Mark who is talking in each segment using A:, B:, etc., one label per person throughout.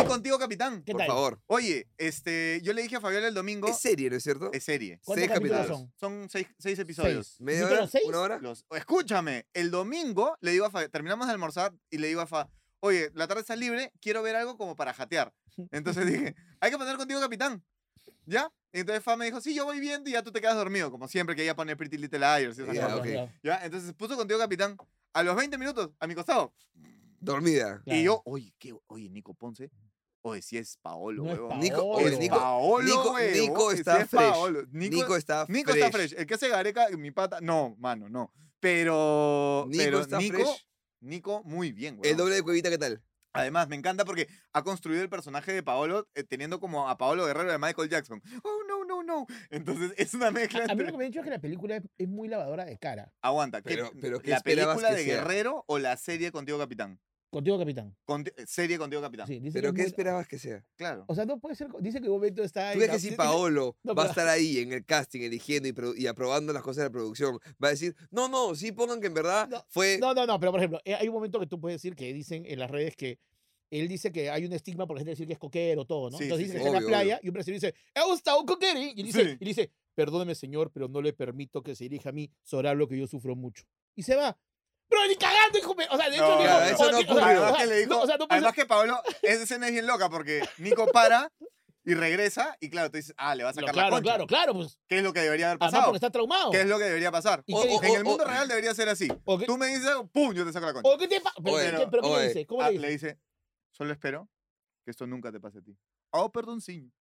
A: contigo, capitán.
B: ¿Qué
C: Por
B: tal?
C: favor.
A: Oye, este, yo le dije a Fabiola el domingo.
C: Es serie, ¿no es cierto?
A: Es serie.
B: ¿Cuántos
C: Seis
B: capítulos
C: capítulos.
B: son?
A: Son seis, seis episodios.
B: Seis.
C: ¿Media
B: ¿Pero
C: hora?
B: seis?
C: ¿Una hora?
A: Los- escúchame, el domingo le digo a Fa, terminamos de almorzar y le digo a Fa, oye, la tarde está libre, quiero ver algo como para jatear. Entonces dije, hay que poner contigo, capitán. ¿Ya? Y entonces Fa me dijo, sí, yo voy viendo y ya tú te quedas dormido, como siempre que ella pone Pretty Little Liars. y esas
C: Ya,
A: cosas.
C: ok.
A: ¿Ya? Entonces puso contigo, capitán, a los 20 minutos, a mi costado.
C: Dormida.
A: Y yo, oye, ¿qué? Oye, Nico Ponce. Oye, si es Paolo,
B: No es
A: huevón.
C: Nico,
B: Paolo.
C: oye, Pues Nico,
A: Paolo,
C: Nico-
A: huevón,
C: Nico
A: si
C: está
A: es
C: fresh.
A: Paolo. Nico,
C: Nico está
A: Nico
C: fresh.
A: está fresh. El que hace Gareca, mi pata, no, mano, no. Pero
C: Nico
A: pero
C: está
A: Nico,
C: fresh.
A: Nico, muy bien, güey.
C: El doble de Cuevita, ¿qué tal?
A: Además, me encanta porque ha construido el personaje de Paolo eh, teniendo como a Paolo Guerrero de Michael Jackson. Oh, no, no, no. Entonces, es una mezcla
B: A, a mí lo
A: entre...
B: que me han dicho es que la película es, es muy lavadora de cara.
A: Aguanta. ¿qué-
C: Pero- pero ¿qué
A: ¿La
C: esperabas
A: película
C: que
A: de
C: sea?
A: Guerrero o la serie Contigo Capitán?
B: Contigo, capitán.
A: Conti- serie Contigo Capitán.
B: Sí, dice
C: ¿Pero
B: que
C: qué
B: es muy-
C: esperabas que sea?
A: Claro.
B: O sea, no puede ser. Dice que momento está.
C: ¿Tú
B: en
C: crees
B: la-
C: que si
B: dice
C: Paolo
B: No,
C: va a
B: pero-
C: estar ahí en el casting eligiendo y, produ- y aprobando las cosas de la producción? Va a decir, no, no, sí pongan que en verdad
B: No,
C: fue...
B: No, no, no, pero por ejemplo, eh, hay un momento que tú puedes decir que dicen en las redes que él dice que hay un estigma por la gente decir que es coquero, todo, ¿no?
A: Sí,
B: Entonces
A: sí,
B: dice
C: sí.
B: que está en
C: Obvio,
B: la playa y un brasileño dice, he gustado un coquero. Y él dice,
A: Sí.
B: y le dice, perdóneme, señor, pero no le permito que se dirija a mí sobre algo que yo sufro mucho. Y se va. Pero ni cagando, hijo mío. O sea, de hecho,
A: No,
B: dijo,
C: claro, eso
B: o
C: no
B: sea, o
C: ocurrió.
B: sea,
A: Además que le dijo-
B: no, o sea, no puede
A: Además
B: ser-
A: que Pablo, esa escena es bien loca porque Nico para y regresa y claro, tú dices, ah, le va a
B: no,
A: sacar la
B: claro,
A: concha.
B: claro, claro, pues.
A: ¿Qué es lo que debería haber
B: Además
A: pasado?
B: porque está traumado.
A: ¿Qué es lo que debería pasar?
B: ¿Y
C: O-
B: qué
C: o-
B: dijo?
A: en el mundo
C: o-
A: real debería ser así.
B: ¿O qué,
A: Tú me dices, algo, ¡pum! Yo te saco la concha.
B: o qué te pasa? Pero,
C: Oye,
B: ¿qué- pero ¿qué
C: oye,
B: le dice? ¿Cómo
A: Ah,
B: le
A: le
B: dice?
A: dice, solo espero que esto nunca te pase a ti. Oh, perdón, sí.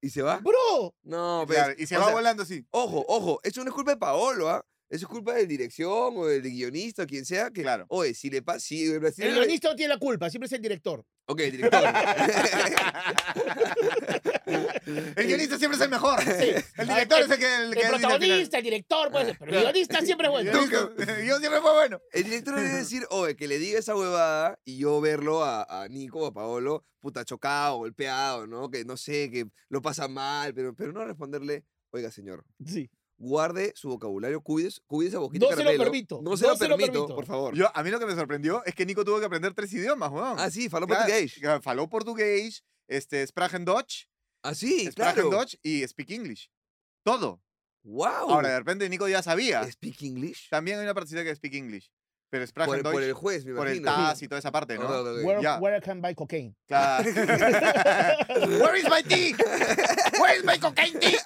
C: ¿Y se va?
B: Bro,
C: No,
B: pues,
C: pero...
A: Claro, y se
C: o
A: va
C: sea,
A: volando así.
C: Ojo, ojo, eso no es culpa de Paolo, ¿ah? Eso es culpa de dirección o del guionista o quien sea que...
A: Claro.
C: Oye, si le pasa... Si el
B: el
C: brasileño... le-
B: guionista no tiene la culpa, siempre es el director.
C: Ok, el director.
A: El guionista siempre es el mejor.
B: eh, Sí.
A: El director
B: El-
A: es el que... El,
B: El
A: que decide al
B: protagonista, este el director, puede ser, pero el
A: Claro.
B: guionista siempre es
A: final.
B: bueno.
A: Nunca- Yo siempre fue bueno.
C: El director debe decir, oye, que le diga esa huevada y yo verlo a, a Nico o a Paolo, puta, chocado, golpeado, ¿no? Que no sé, que lo pasa mal, pero, pero no responderle, oiga, señor,
B: Sí.
C: guarde su vocabulario, cuide, su- cuide esa boquita
B: No se lo
C: caramelo.
B: permito,
C: No se lo permito, por favor.
A: Yo, a mí lo que me sorprendió es que Nico tuvo que aprender tres idiomas, weón.
C: ah, sí, faló
A: Claro,
C: portugués.
A: claro, Faló portugués, este, Sprachen Deutsch,
C: Ah, sí,
A: Sprachen
C: claro.
A: Deutsch y Speak English. Todo.
C: Wow.
A: Ahora, de repente Nico ya sabía.
C: ¿Speak English?
A: También hay una partecita que es Speak English. Pero Sprachen
C: Por, el-
A: Deutsch,
C: por el juez, me
A: por el
C: imagino.
A: TAS y toda esa parte, ¿no?
C: Ok, ok, ok.
B: Where,
A: Ya.
B: where I can buy cocaine.
A: Claro. Where is my tea? Where is my cocaine tea?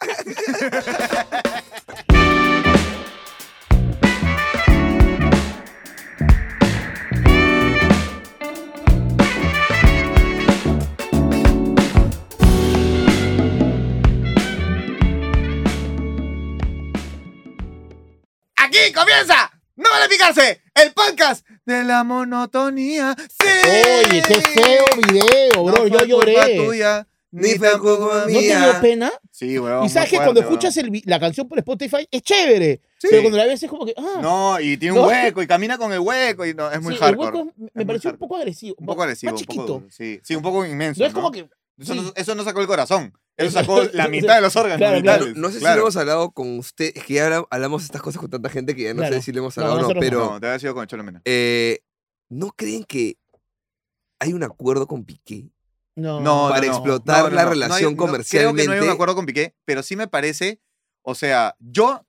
A: Aquí comienza. No vale picarse. El podcast de la monotonía. Sí.
B: Oye, qué feo video, bro. yo lloré.
C: ni fue culpa
B: ¿No te
C: mía.
B: dio pena?
A: Sí, weón.
B: y sabes que cuando escuchas el vi- la canción por Spotify es chévere.
A: Sí.
B: Pero cuando la ves es como que. Ah,
A: No, y tiene un
B: No.
A: hueco y camina con el hueco y no, es muy
B: sí, el
A: hardcore.
B: hueco es- me
A: muy
B: pareció un
A: hardcore.
B: poco agresivo.
A: un poco agresivo,
B: Más
A: un
B: chiquito.
A: poco sí, sí, un poco inmenso.
B: no es
A: ¿no?
B: como que.
A: eso,
B: sí.
A: no, eso no sacó el corazón, eso sacó la mitad de los órganos
B: Claro, claro.
C: No,
A: vitales,
C: no sé si
A: claro.
C: lo hemos hablado con usted, es que ya habla- hablamos estas cosas con tanta gente que ya no sé
B: Claro.
C: si lo hemos
B: No,
C: hablado o no,
B: nosotros no.
C: pero...
A: No, te había sido con Cholo Mena.
C: Eh, ¿No creen que hay un acuerdo con Piqué?
B: No.
A: No,
C: para
A: no, no.
C: explotar
A: No, no,
C: la
A: no. No hay-
C: relación
A: no, Creo que no hay un
C: comercialmente.
A: acuerdo con Piqué, pero sí me parece, o sea, yo,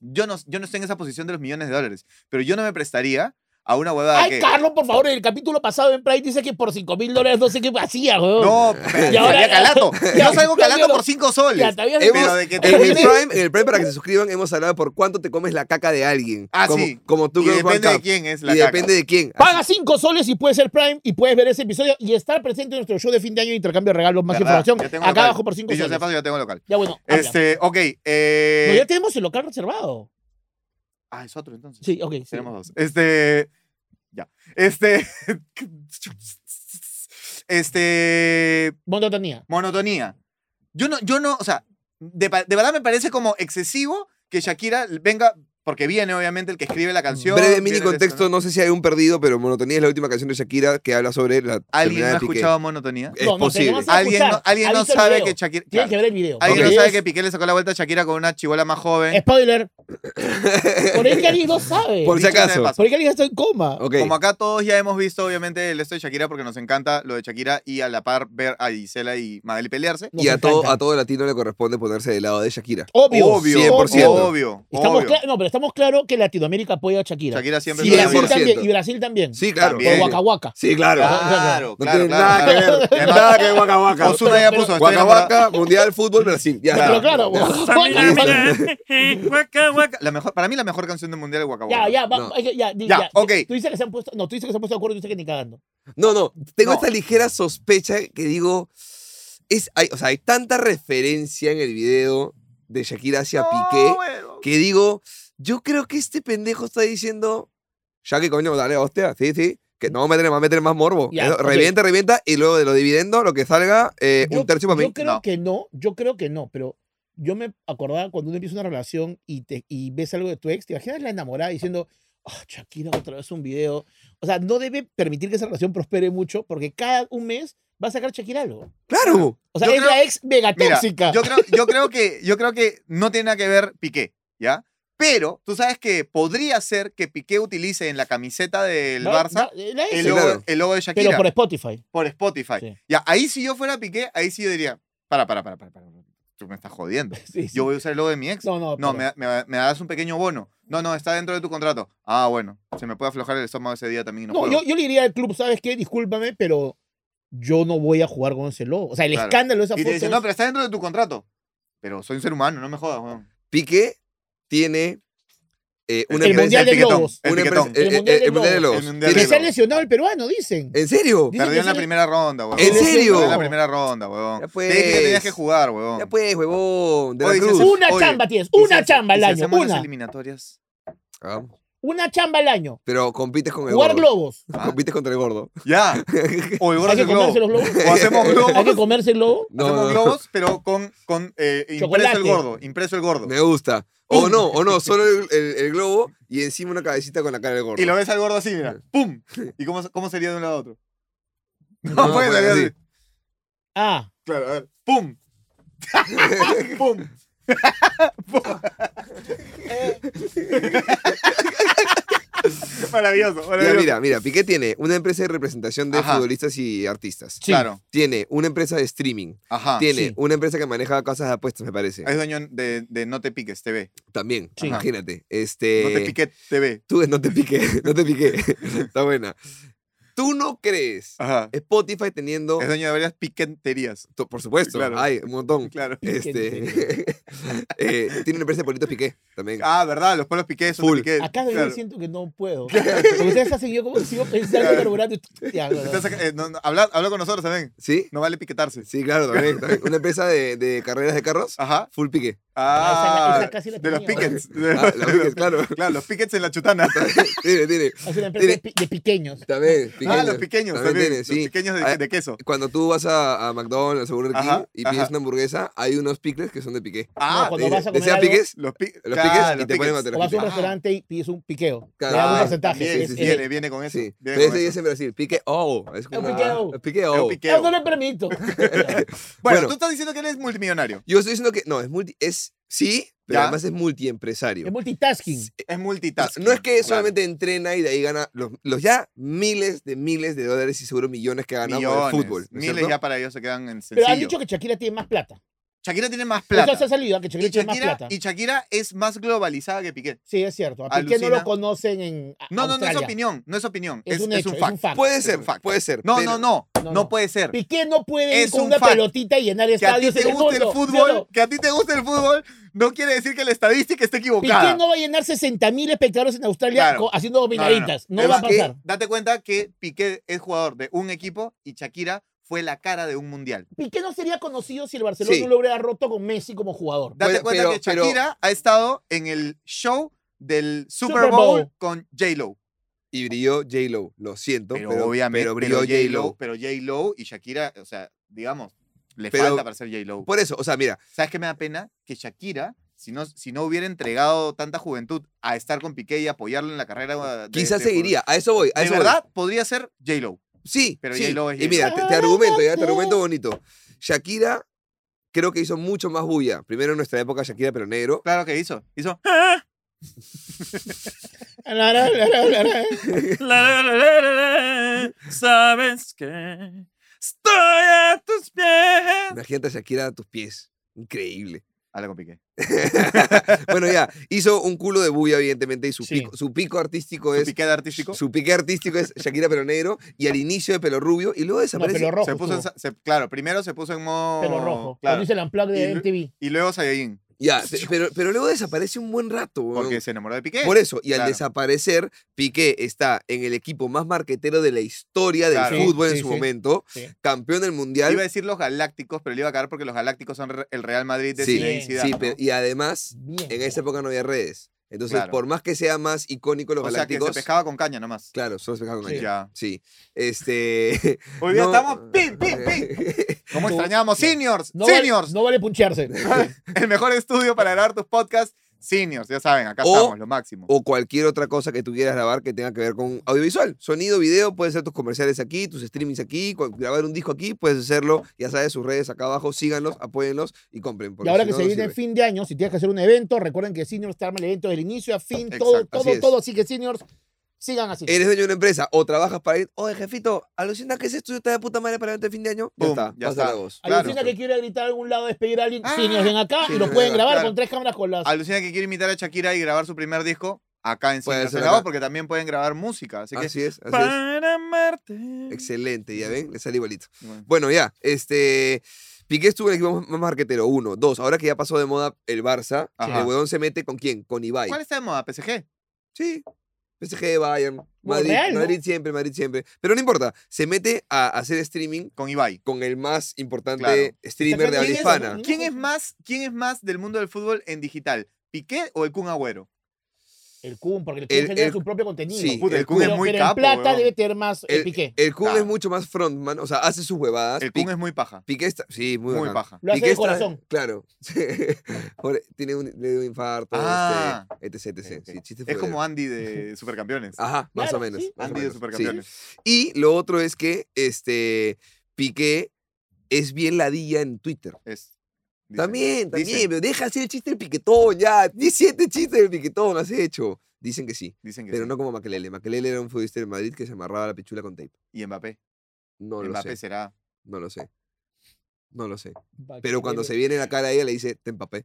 A: yo, no, yo no estoy en esa posición de los millones de dólares, pero yo no me prestaría a una huevada
B: Ay,
A: que...
B: Carlos, por favor, en el capítulo pasado en Pride dice que por 5 mil dólares no sé qué hacía, weón.
A: No,
B: Y ahora-
A: salía calato.
B: Ya,
A: Yo salgo
B: ya, ya
A: calato
B: lo-
A: por cinco soles.
B: Ya, te habías-
C: Hemos-
A: Pero de que
C: En el,
A: termine-
C: Prime, en el Prime, para que se suscriban, hemos hablado por cuánto te comes la caca de alguien.
A: Ah,
C: como,
A: sí.
C: Como tú
A: Y
C: con Juan
A: depende de
C: Cap.
A: quién es la
C: Y
A: caca.
C: depende de quién.
B: Paga 5 soles y puedes ser Prime y puedes ver ese episodio y estar presente en nuestro show de fin de año de intercambio de regalos. Más
A: ¿Verdad? Yo
B: información
A: tengo
B: acá
A: local.
B: abajo por 5
A: Y yo
B: soles.
A: sepa, yo tengo local.
B: Ya bueno,
C: Ah,
B: habla.
A: Este, ok.
B: No,
A: Eh...
B: ya tenemos el local reservado.
A: Ah, es otro entonces.
B: Sí, ok. sí.
A: Tenemos dos. Este. Ya. Este. Este.
B: Monotonía.
A: Monotonía. Yo no, yo no, o sea, de, pa- de verdad me parece como excesivo que Shakira venga, porque viene obviamente el que escribe la canción.
C: Breve
A: viene
C: mini
A: el esto,
C: contexto,
A: ¿no?
C: no sé si hay un perdido, pero Monotonía es la última canción de Shakira que habla sobre la
A: ¿Alguien no
C: enfermedad
A: ha
C: de Piqué.
A: escuchado monotonía?
C: Es
B: No, no,
C: posible.
B: tenemos- a
A: ¿Alguien no,
B: escuchar,
A: alguien
B: ha
A: no
B: visto el
A: sabe
B: video.
A: que Shakira.
B: Tienes
A: claro.
B: que ver el video.
A: Alguien
B: porque
A: no sabe
B: es-
A: que Piqué le sacó la vuelta a Shakira con una chivola más joven.
B: Spoiler, Por ahí que alguien no sabe.
C: Por
B: Por,
C: si
A: Dicho sea de
C: acaso.
A: paso.
B: ahí que alguien está en coma.
C: Ok.
A: Como acá todos ya hemos visto, obviamente, el esto de Shakira, porque nos encanta lo de Shakira y a la par ver a Gisela y Madel pelearse.
B: Nos
C: Y a todo,
B: encanta.
C: a todo latino le corresponde ponerse del lado de Shakira.
B: Obvio.
A: Obvio,
C: 100%.
A: obvio,
B: Estamos
A: obvio.
B: cla- no, pero estamos claros que Latinoamérica apoya a Shakira.
A: Shakira siempre
B: y,
A: lo
B: Brasil
C: 100%.
B: también, y Brasil también.
C: Sí, claro.
A: También.
B: Por
C: Sí.
B: Waka Waka.
C: Sí, claro.
A: Claro, claro,
C: No tiene
A: claro,
C: nada
A: claro.
C: que ver.
A: Además,
C: Nada que ver Waka Waka.
A: Ozuna ya puso, estoy
C: Waka
A: enamorada.
C: Waka, Mundial Fútbol Brasil. Ya.
A: Claro.
B: Pero claro, Waka Waka.
A: La mejor, para mí la mejor canción del mundial es Waka
B: Ya,
A: Waka.
B: ya, va-
C: No.
B: hay que- ya, di-
A: Ah, Ya,
B: ya.
A: ok.
B: Tú dices que se han puesto, no, tú dices que se han puesto de acuerdo, tú dices que ni cagando.
C: No, no. Tengo
A: No.
C: esta ligera sospecha que digo. Es, hay, o sea, hay tanta referencia en el video de Shakira hacia Piqué
A: bueno.
C: que digo. Yo creo que este pendejo está diciendo. Ya que coño, dale, hostia. Sí, sí. Que no, meterle más, meterle más morbo.
B: Ya,
C: Eso,
B: ok.
C: Revienta, revienta. Y luego de los dividendos, lo que salga, eh,
B: Yo-
C: un tercio para
B: yo
C: mí.
B: creo
A: No.
B: que no, yo creo que no, pero yo me acordaba cuando uno empieza una relación y, te, y ves algo de tu ex, te imaginas la enamorada diciendo, ah, Shakira, otra vez un video. O sea, no debe permitir que esa relación prospere mucho porque cada un mes va a sacar Shakira algo.
C: Claro.
B: O sea,
A: Yo
B: es
A: creo-
B: la ex mega
A: Mira,
B: tóxica.
A: yo creo, yo, creo que, yo creo que no tiene nada que ver Piqué, ¿ya? Pero tú sabes que podría ser que Piqué utilice en la camiseta del
B: No,
A: Barça
B: no, la ex,
A: el,
C: Sí,
A: logo,
C: claro.
A: el logo de
B: pero
A: Shakira
B: por
A: por,
B: Spotify.
A: Spotify.
B: Sí.
A: Ya, ahí si yo fuera Piqué, ahí sí yo diría, para, para, para, para, para, tú me estás jodiendo.
B: Sí, sí.
A: Yo voy a usar el logo de mi ex.
B: No,
A: No,
B: no, pero-
A: me, me- me das un pequeño bono. No, no, está dentro de tu contrato. Ah, bueno, se me puede aflojar el estómago ese día también. y No,
B: No,
A: juego.
B: yo, yo le diría al club, ¿sabes qué? Discúlpame, pero yo no voy a jugar con ese logo. O sea, el
A: Claro.
B: escándalo de esa
A: y
B: foto.
A: te dicen,
B: es-
A: no, pero está dentro de tu contrato. Pero soy un ser humano, no me jodas, weón.
C: Piqué tiene eh, una
B: El
C: empresa-
B: Mundial de
A: piquetón,
B: Globos.
A: El
C: una empresa-
A: piquetón.
C: eh,
B: El
C: eh,
B: Mundial
C: eh,
B: de
C: el Mundial de
A: Globos.
C: Lobos.
A: El Mundial
B: que
A: de
C: Tiene-
B: se ha
A: Globos.
B: lesionado el peruano, dicen.
A: Eh,
C: ¿En serio?
B: Dicen
A: Perdió
B: que
A: en la
B: sale-
A: primera ronda, weón.
C: ¿En serio?
A: Perdió en la primera ronda, weón.
C: Ya
A: Te dije que tenías que
C: pues.
A: jugar, weón.
C: Ya pues, huevón, de la
A: Oye,
C: cruz.
A: Jesús.
B: Una
A: Oye,
B: chamba tienes,
A: Y si
B: una
A: hace-
B: chamba
A: y
B: al
A: si
B: año,
A: hacemos las
B: una.
A: eliminatorias.
C: Ah,
B: Una chamba al año.
C: pero compites con el
B: Jugar
C: gordo.
B: globos.
A: Ah,
C: Compites contra el gordo.
A: Ya. O el gordo
B: Hay
A: hace
B: que
A: globo.
B: comerse los globos.
A: O hacemos
B: Hay que
A: globos.
B: comerse el globo.
C: No,
A: hacemos
C: no, no.
A: globos, pero con, con eh, impreso
B: Chocolate.
A: el gordo. Impreso el gordo.
C: Me gusta. O no, o no, solo el, el- el globo y encima una cabecita con la cara del gordo.
A: Y lo ves al gordo así, mira. ¡Pum! ¿Y cómo, cómo sería de un lado a otro? No,
C: No,
A: puede
C: pues,
A: salir
C: así.
A: así.
B: Ah,
A: Claro, a ver. ¡Pum! ¡Pum! maravilloso,
C: Mira,
A: maravilloso.
C: mira, mira, Piqué tiene una empresa de representación de
A: Ajá.
C: futbolistas y artistas.
B: sí.
A: Claro,
C: Tiene una empresa de streaming.
A: ajá.
C: tiene
B: sí.
C: una empresa que maneja casas de apuestas, me parece.
A: Es dueño de, de No Te Piques TV.
C: También,
B: Sí.
C: imagínate. Este...
A: No Te Piques TV.
C: Tú no te piqué, no te piqué. Está buena. Tú no crees
A: Ajá.
C: Spotify teniendo,
A: Es dueño de varias piqueterías.
C: to- por supuesto,
A: Claro.
C: hay un montón.
A: Claro.
C: Este, eh, tiene una empresa de Polito Piqué también.
A: Ah, verdad, los polos piqué son
C: Full.
A: de piqué.
B: Acá yo
A: claro.
B: siento que no puedo. Porque ustedes hacen yo como sigo pensando
A: Claro.
B: carburando. y- Ya, no, no.
A: Estás acá- eh, no, no, habla, habla con nosotros también.
C: ¿Sí?
A: No vale piquetarse.
C: Sí, claro, también. también. Una empresa de, de carreras de carros,
A: Ajá.
C: Full Piqué.
B: Ah, esa-
A: Ah,
B: esa casi la
A: de los
B: tenía.
A: pickets. De
C: Ah,
A: los-
C: la Piqué, claro.
A: Claro, los pickets en la chutana.
C: Tiene, tiene.
B: Es una empresa de,
C: Tiene-
B: pi- de pequeños.
C: También, Piqué.
A: Ah, los pequeños
C: También
A: también.
C: tiene, sí.
A: Los pequeños
C: Ah,
A: de, de queso.
C: Cuando tú vas a, a McDonald's o Burger King
A: Ajá,
C: y pides
A: ajá.
C: una hamburguesa, hay unos pickles que son de Piqué.
A: Ah,
B: cuando
C: Dice,
B: vas a comer
C: ¿Desea
B: algo,
C: piques?
A: los, pi-
C: Los
A: claro,
C: piques y
A: los
C: te ponen
A: pickets.
C: otra
B: O vas a un
A: Ah.
B: restaurante y pides un piqueo. Te
C: Claro.
B: dan un
A: Ah,
B: porcentaje.
A: también,
C: sí,
B: es-
C: sí,
B: es-
C: sí.
A: viene, viene con eso.
C: Sí,
A: viene
C: pero
A: con
C: ese
A: eso.
C: dice en Brasil, pique oh. Es como
B: pique
C: ah,
B: oh.
C: pique
A: Es un
C: oh.
A: piqueo.
B: Yo no le permito.
A: Bueno,
C: Bueno.
A: tú estás diciendo que él es multimillonario.
C: Yo estoy diciendo que no, es multi, es sí, pero
A: Ya.
C: además es multiempresario.
B: Es multitasking.
A: Es
C: Eh, No,
A: multitasking.
C: no es que
A: claro.
C: solamente entrena y de ahí gana los, los ya miles de miles de dólares y seguro millones que ha ganado con
A: Millones,
C: el fútbol. ah, ¿no es
A: miles
C: cierto?
A: ya para ellos se quedan en
B: Pero
A: sencillo.
B: han dicho que Shakira tiene más plata.
A: Shakira tiene más
B: Plata.
A: plata.
B: Eso se ha salido, ¿ah? que Shakira
A: y,
B: tiene más
A: Shakira,
B: plata.
A: y Shakira es más globalizada que Piqué.
B: Sí, es cierto. ¿A Piqué no
A: Alucina.
B: lo conocen en a-
A: No, no, no es
B: Australia.
A: opinión, no es opinión.
B: Es,
A: Es,
B: un
A: es
B: hecho,
A: un fact.
C: Puede
A: Es
C: ser,
A: un fact.
C: puede ser.
A: No,
C: pero-
A: no, no,
B: No,
A: no,
B: no.
A: puede ser.
B: Piqué no puede ir
A: Es
B: con
A: un
B: una
A: fact.
B: pelotita y llenar
A: Que a ti
B: estadios
A: te
B: en el
A: guste el
B: mundo.
A: fútbol,
B: Claro.
A: que a ti te guste el fútbol, no quiere decir que la estadística esté equivocada.
B: Piqué no va a llenar 60 mil espectadores en Australia
A: Claro.
B: co- haciendo dominaditas. No,
A: Es eh,
B: va a
A: que
B: pasar.
A: Date cuenta que Piqué es jugador de un equipo y Shakira fue la cara de un mundial.
B: Piqué no sería conocido si el Barcelona
C: Sí.
B: no lo hubiera roto con Messi como jugador.
A: Date
C: Pero-
A: cuenta
C: pero-
A: que
C: pero-
A: Shakira ha estado en el show del Super,
B: Super
A: Bowl,
B: Bowl.
A: con J-Lo.
C: Y brilló J-Lo, lo siento.
A: Pero,
C: Pero,
A: obviamente,
C: Pero brilló
A: J-Lo.
C: J-Lo.
A: Pero J-Lo y Shakira, o sea, digamos, le
C: Pero-
A: falta para ser J-Lo.
C: Por eso, o sea, mira,
A: ¿Sabes qué me da pena? Que Shakira, si no, si no hubiera entregado tanta juventud a estar con Piqué y apoyarlo en la carrera. de-
C: quizás
A: de-
C: seguiría. A eso voy, a
A: De,
C: eso voy.
A: verdad, podría ser J-Lo.
C: Sí,
A: Pero
C: sí.
A: J-Lo es
C: Y mira,
B: J-Lo.
C: te, te argumento, ya, te argumento bonito. Shakira creo que hizo mucho más bulla. Primero en nuestra época Shakira, pero negro.
A: Claro que hizo. Hizo.
B: La, la, la, la, la, la.
D: La, la, la, la, la, la. Sabes que estoy a tus pies.
C: Imagínate a Shakira a tus pies. Increíble.
A: Habla con Piqué.
C: bueno, ya. Hizo un culo de bulla, evidentemente, y su,
B: Sí.
C: pico, su pico artístico
A: Su
C: es.
A: Piqué de artístico.
C: Pues, Su pique artístico es Shakira Pelo Negro y al inicio de Pelo Rubio y luego
B: No,
C: desaparece.
B: pelo rojo.
A: se puso en
B: estuvo.
A: sa- se- claro, primero se puso en modo.
B: Pelo rojo.
A: claro,
B: Cuando hizo el unplug
A: Y
B: de
A: lu-
B: MTV.
A: Y luego Saiyajin,
C: Ya, pe- pero, pero luego desaparece un buen rato. weón.
A: porque se enamoró de Piqué.
C: Por eso, y al
A: Claro.
C: desaparecer, Piqué está en el equipo más marquetero de la historia del
A: Claro.
B: Sí,
C: fútbol en
B: sí,
C: su
B: sí.
C: momento,
B: Sí.
C: campeón del Mundial.
A: Iba a decir los Galácticos, pero le iba a cagar porque los Galácticos son re- el Real Madrid de
C: Sí,
A: Zinedine
B: sí,
A: Zidane,
C: sí,
A: ¿no?
C: pero- y además,
B: Bien.
C: en esa época no había redes. Entonces,
A: Claro.
C: por más que sea más icónico los
A: O sea, que
C: galácticos.
A: se pescaba con caña nomás.
C: Claro, solo se pescaba con
B: Sí.
C: caña.
A: Ya.
C: Sí. Este.
A: Hoy día
C: no-
A: estamos pim, pim, pim. ¿Cómo
B: No,
A: extrañamos?
B: no.
A: Seniors,
B: No vale,
A: seniors.
B: no vale punchearse.
A: El mejor estudio para grabar tus podcasts, seniors. Ya saben, acá
C: O-
A: estamos, lo máximo.
C: o cualquier otra cosa que tú quieras grabar que tenga que ver con audiovisual. Sonido, video, puedes hacer tus comerciales aquí, tus streamings aquí, cu- grabar un disco aquí, puedes hacerlo. Ya sabes, sus redes acá abajo, síganlos, apóyenlos y compren.
B: Y
C: porque
B: ahora
C: si
B: que
C: no,
B: se
C: no
B: viene
C: sirve.
B: fin de año, si tienes que hacer un evento, recuerden que Seniors te arma el evento del inicio a fin, todo,
C: Exacto, así
B: todo,
C: es.
B: todo. Así que Seniors, sigan así.
C: Eres dueño de una empresa o trabajas para ir. Oye, jefito, alucina que ese estudio está de puta madre para verte fin de año.
A: Pum,
C: ya está,
A: ya
C: ya
A: está.
C: voz.
B: Hay una
A: claro.
B: que quiere gritar a algún lado, despedir a alguien.
A: Ah,
B: Seniors, ven acá y lo
C: sí,
B: pueden grabar
A: claro.
B: con tres cámaras con las.
A: Alucina que quiere imitar a Shakira y grabar su primer disco acá en
C: Puede
A: Seniors
C: ser
A: Grabó,
C: acá.
A: porque también pueden grabar música. Así que,
C: Así es, así es.
D: Para amarte.
C: Excelente, ya ven, le sale igualito.
A: bueno.
C: Bueno, ya, este. Piqué estuvo en el equipo más- más marquetero, uno. Dos, ahora que ya pasó de moda el Barça,
A: Ajá.
C: el huevón se mete con quién? Con Ibai.
A: ¿Cuál está de moda? ¿PSG?
C: Sí. PSG, Bayern,
B: Bueno,
C: Madrid,
B: Real, ¿no?
C: Madrid siempre, Madrid siempre. Pero no importa, se mete a hacer streaming
A: Con Ibai.
C: con el más importante
A: Claro.
C: streamer de habla
B: ¿Quién es?
C: hispana.
A: ¿Quién es, más, ¿Quién es más del mundo del fútbol en digital? ¿Piqué o el Kun Agüero?
B: El Kun, porque el Kun
C: El-
B: genera
C: el-
B: su propio contenido.
C: sí,
A: Puta, el
C: el
A: Kun
B: pero,
A: es muy
B: pero
A: capo.
B: en plata
A: weón.
B: debe tener más el, piqué.
C: El Kun
A: Claro.
C: es mucho más frontman, o sea, hace sus huevadas.
A: El
C: Pi-
A: Kun es muy paja.
C: Piqué está, sí, muy,
A: Muy
C: bacán.
A: paja.
B: Lo hace
C: Piqué
B: de
C: está-
B: corazón.
C: claro. Pobre, tiene un, le dio un infarto,
A: Ah.
C: este, etc,
A: Ok,
C: etc.
A: ok.
C: Sí, chiste
A: Es
C: fuerte.
A: como Andy de Supercampeones.
C: Ajá, más
B: Claro,
C: o menos.
B: sí.
C: más o
A: Andy de
C: menos, Ah, sí.
A: Supercampeones.
C: Y lo otro es que este, Piqué es bien ladilla en Twitter.
A: Es, dicen.
C: También, también,
A: Dicen,
C: pero deja de hacer el chiste del piquetón, ya. 17 chistes del piquetón has hecho. Dicen que sí,
A: dicen que
C: pero
A: sí.
C: no como Maquelele. Maquelele era un futbolista de Madrid que se amarraba la pichula con tape.
A: Y Mbappé.
C: No lo
A: Mbappé
C: sé,
A: será.
C: no lo sé. No lo sé. Pero cuando se viene la cara a ella le dice, te empapé.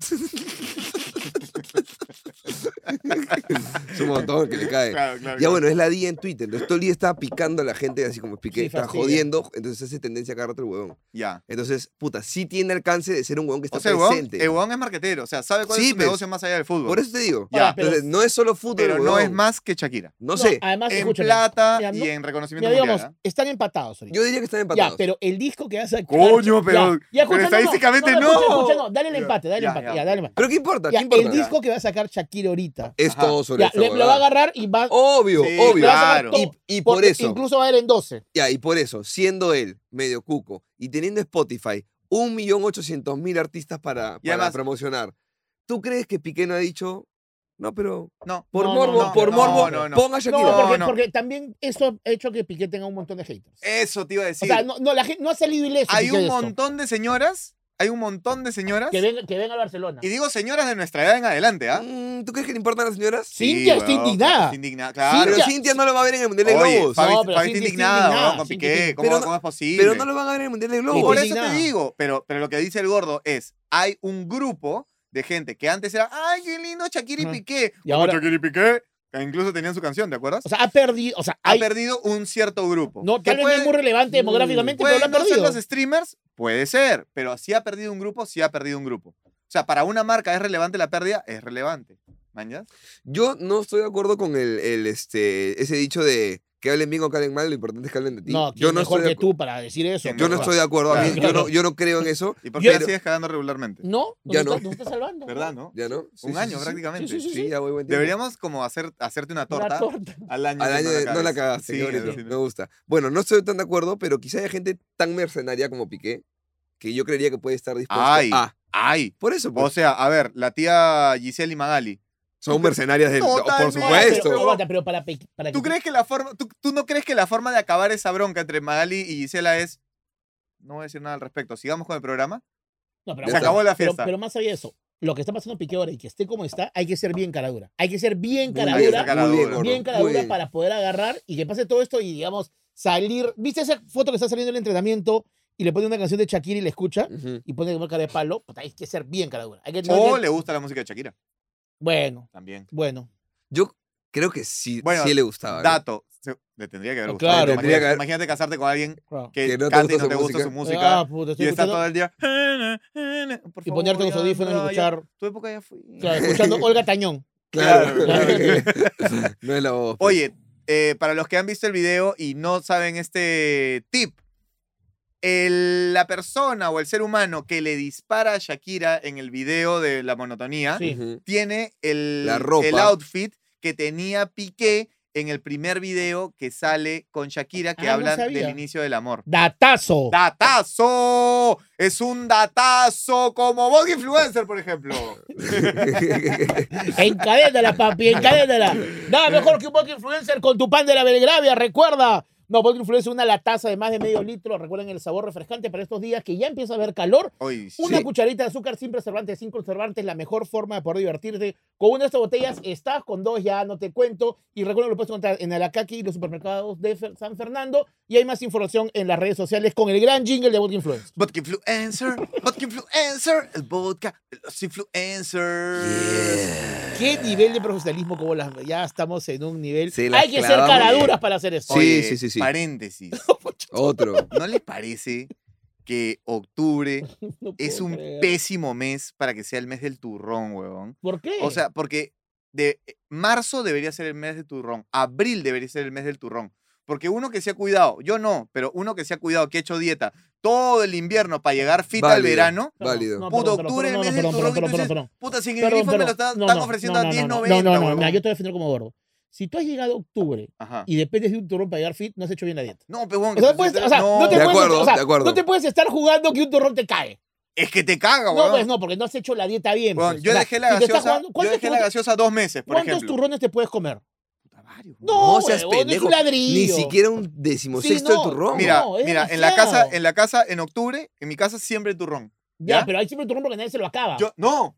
C: es un montón que le cae.
A: Claro, claro,
C: Ya
A: claro.
C: bueno, es la día en Twitter. Entonces todo el día está picando a la gente así como piqué,
B: Sí,
C: está
B: fastidia.
C: jodiendo. Entonces hace tendencia a agarrar otro huevón.
A: Ya.
C: Entonces, puta, sí tiene alcance de ser un huevón que está
A: O sea, el huevón,
C: presente.
A: el huevón es marquetero. O sea, sabe cuál es
C: Sí,
A: su
C: pues.
A: negocio más allá del fútbol.
C: Por eso te digo.
A: Ya,
B: Ahora, pero-
C: Entonces, no es solo fútbol,
A: pero no es
C: huevón.
A: más que Shakira.
C: No
B: No, ah,
C: sé.
B: Además,
A: en
B: escúchame,
A: plata
B: Mira, no-
A: y en reconocimiento
B: mira, digamos,
A: mundial. ¿ah?
B: están empatados. ahorita.
C: Yo diría que están empatados.
B: Ya, pero el disco que hace.
A: Coño, pero- pero
B: escucha, no, no,
A: estadísticamente
B: no, escucha,
A: no.
B: escucha, dale el empate, dale el
A: Ya,
B: empate.
A: ya.
B: ya, dale el empate.
C: Pero ¿qué importa?
B: Ya,
C: ¿Qué importa?
B: el disco que va a sacar Shakira ahorita.
C: Es
A: Ajá.
C: todo Ah, sobre
B: Ya,
C: esta
B: le, lo va a
C: huevada.
B: agarrar y va.
C: Obvio,
A: ¿ah? Sí,
C: obvio.
B: lo va a sacar
A: claro.
B: todo,
C: Y, y por
B: porque
C: eso,
B: Incluso va a ir en 12.
C: ya, y por eso, siendo él medio cuco y teniendo Spotify, un millón ochocientos mil artistas para, para
A: además-
C: promocionar, ¿tú crees que Piqué no ha dicho, no, pero
A: No.
C: por
B: No, no,
C: morbo,
B: no,
C: por
B: no,
C: morbo,
A: no, no.
C: ponga
B: No,
C: a Shakira?
A: No,
B: porque,
A: no.
B: porque también eso ha hecho que Piqué tenga un montón de haters.
C: Eh,
A: Eso te iba a
B: o
A: decir.
B: sea, no, no, la gente no ha salido ileso.
A: hay
B: Piqué de
A: un
B: esto.
A: montón de señoras, hay un montón de señoras,
B: Que venga, que venga a Barcelona.
A: y digo señoras de nuestra edad en adelante, ¿ah?
C: Mm, ¿Tú crees que le importan a las señoras?
B: Sí, Cintia está
A: weón,
B: indignada.
A: está indignada, claro.
C: Pero
B: Cintia-
C: Cintia no lo va a ver en el Mundial de
A: Oye,
C: Globos.
A: Fabi,
B: No, pero
A: Fabi
B: Cintia
A: está
B: está
A: indignada,
B: indignada,
A: weón, con
B: Cintia
A: Piqué.
B: está-
A: ¿Cómo,
C: Pero no-
A: cómo es posible?
C: Pero no lo van a ver en el Mundial de Globos.
A: Por
B: Ni
A: eso te
B: indignada.
A: digo, pero, pero lo que dice el gordo es, hay un grupo de gente que antes era, ay, qué lindo Shakira y
B: Ajá.
A: Piqué.
B: Y ahora-
A: Shakira y Piqué, que incluso tenían su canción, ¿te acuerdas?
B: O sea, ha perdido. O sea,
A: ha
B: hay,
A: perdido un cierto grupo.
B: no,
A: Que
B: tal vez no
A: puede-
B: es muy relevante
C: Mm,
B: demográficamente, pero
A: ¿Pueden
B: lo ha
A: no ser
B: perdido.
A: los streamers? Puede ser, pero si ha perdido un grupo, si ha perdido un grupo. O sea, para una marca es relevante la pérdida, es relevante. ¿Mañas?
C: Yo no estoy de acuerdo con el, el, este, ese dicho de que hablen bien o que hablen mal, lo importante es que hablen de ti.
B: No,
C: yo
B: yo
C: no
B: mejor
C: estoy de
B: que tú para decir eso.
A: Yo
C: Yo no
A: Claro.
C: estoy de acuerdo. a mí-
A: Claro.
C: yo, no, yo no creo en eso.
A: ¿Y por qué
B: Yo-
A: la sigues cagando regularmente?
B: No, no
C: Ya
B: te
C: no.
B: está- no está salvando.
A: ¿Verdad, no?
C: ¿Ya no? Sí,
A: un
C: sí,
A: año
C: sí, sí.
A: prácticamente.
B: Sí, sí,
C: Sí, ya voy buen tiempo.
A: Deberíamos como hacer, hacerte una torta,
B: Una torta.
A: al año.
C: Al
A: que
C: año de- no la
A: cagues.
C: cagaste,
A: Sí,
C: qué bonito,
A: sí, sí.
C: me gusta. Bueno, no estoy tan de acuerdo, pero quizá haya gente tan mercenaria como Piqué que yo creería que puede estar dispuesto
A: Ay.
C: a.
A: Ay,
C: Por eso, pues,
A: o sea, a ver, la tía Giselle y Magali.
C: son mercenarias del. Por
A: Totalmente.
B: Ahora,
C: supuesto.
B: Pero, aguanta, pero para, pe- para
A: ¿Tú
B: que-
A: crees que la forma, tú, tú no crees que la forma de acabar esa bronca entre Magali y Gisela es no voy a decir nada al respecto, sigamos con el programa?
B: No, pero
C: Ya
A: Se
B: aguanta.
A: acabó la
B: Pero,
A: fiesta.
B: pero más allá de eso, lo que está pasando Piqué ahora y que esté como está, hay que ser bien caradura. Hay que ser bien
C: Muy
A: Hay que ser
B: caradura,
A: caradura,
C: Muy bien,
A: ¿no?
C: gordo,
B: bien
C: muy
B: caradura
C: bien.
B: para poder agarrar y que pase todo esto y, digamos, salir. ¿Viste esa foto que está saliendo en el entrenamiento y le pone una canción de Shakira y la escucha?
C: Ujú.
B: Y pone como cara de palo, puta, hay que ser bien caradura. Hay que, no hay
A: O
B: que-
A: le gusta la música de Shakira
B: Bueno,
A: también.
B: bueno.
C: Yo creo que sí,
A: Bueno,
C: sí le gustaba. ¿eh? ¿no?
A: Dato. se- le tendría que haber
B: Ah,
A: gustado.
B: claro,
A: imagínate,
C: tendría que haber-
A: imagínate casarte con alguien
B: claro.
A: que,
C: Que no te
A: cante y
C: gusta
A: no te
C: su
A: gusta su música.
B: Ah, puta, estoy
A: y está
B: escuchando-
A: todo el día. "Eh, Por
B: y
A: favor,
B: ponerte los
A: ya,
B: audífonos y
A: ya, ya,
B: escuchar,
A: Tu época ya fui.
B: claro, escuchando Olga Tañón.
C: Claro.
B: Claro.
C: no es la voz. pues.
A: Oye, eh, para los que han visto el video y no saben este tip, el- la persona o el ser humano que le dispara a Shakira en el video de la monotonía
B: Sí.
C: Ujú.
A: tiene el,
C: La ropa.
A: el outfit que tenía Piqué en el primer video que sale con Shakira que
B: Ah, no
A: hablan del
B: sabía.
A: inicio del amor.
B: Datazo.
A: ¡Datazo! Es un datazo como Vogue Influencer, por ejemplo.
B: Encadénala, papi, encadénala. Nada mejor que un Vodka Influencer con tu pan de la Belgravia, recuerda. No, Vodka Influencer, una lataza de más de medio litro. Recuerden el sabor refrescante para estos días que ya empieza a haber calor.
A: Oy, sí.
B: Una cucharita de azúcar sin preservantes, sin conservantes, la mejor forma de poder divertirte. Con una de estas botellas estás, con dos ya no te cuento. Y recuerden, lo puedes encontrar en Alacaki y los supermercados de Fer- San Fernando. Y hay más información en las redes sociales con el gran jingle de Vodka Influencer.
A: Vodka influencer, vodka influencer, el vodka de los influencers.
B: ¿Qué nivel de profesionalismo como las... Ya estamos en un nivel...
C: Sí, las
B: hay que ser
C: clavamos.
B: caraduras para hacer eso.
C: Sí,
A: Oye,
C: sí, sí, sí.
A: Paréntesis.
C: Otro.
A: ¿No les parece que octubre
B: No
A: es
B: puedo
A: un
B: creer.
A: pésimo mes para que sea el mes del turrón, huevón?
B: ¿Por qué?
A: O sea, porque de eh, marzo debería ser el mes del turrón, abril debería ser el mes del turrón. Porque uno que se ha cuidado, yo no, pero uno que se ha cuidado, que ha hecho dieta todo el invierno para llegar fit al
C: Válido.
A: verano,
C: válido.
B: No,
A: Puto,
B: perdón,
A: octubre,
B: perdón,
A: mes
B: perdón,
A: del turrón,
B: perdón,
A: y tú dices,
B: perdón, perdón.
A: puta, sin el
B: Perdón,
A: grifo me lo
B: perdón.
A: están,
B: No,
A: están
B: no,
A: ofreciendo
B: no, no,
A: a
B: no,
A: 10.90.
B: No, no, no,
A: huevón.
B: mira, yo te voy a defender como gordo. Si tú has llegado a octubre
A: Ajá.
B: y dependes de un turrón para llegar fit, no has hecho bien la dieta.
A: No, pero huevón,
B: O sea, no,
A: entonces-
B: puedes, o sea,
A: no,
B: no te
C: De
B: puedes,
C: acuerdo,
B: o sea,
C: de acuerdo.
B: no te puedes estar jugando que un turrón te cae.
A: es que te caga,
B: No,
A: huevón.
B: pues no, porque no has hecho la dieta bien.
A: Huevón,
B: pues.
A: yo
B: O sea,
A: dejé la
B: si te estás
A: gaseosa,
B: jugando-
A: yo
B: ¿cuántos
A: dejé la
B: turrones-
A: gaseosa dos meses, por
B: ¿Cuántos
A: ejemplo.
B: turrones te puedes comer?
A: Puta, varios, huevón.
B: No,
C: No seas
B: huevón, es un
C: pendejo. Ni
B: ladrillo.
C: siquiera un decimosexto
B: Sí,
C: de
B: no.
C: turrón.
A: Mira,
B: no, es
A: mira, en la casa,
B: demasiado.
A: en la casa, en octubre, en mi casa siempre turrón.
B: Ya,
A: ¿ya?
B: pero hay siempre un turrón porque nadie se lo acaba.
A: Yo, no,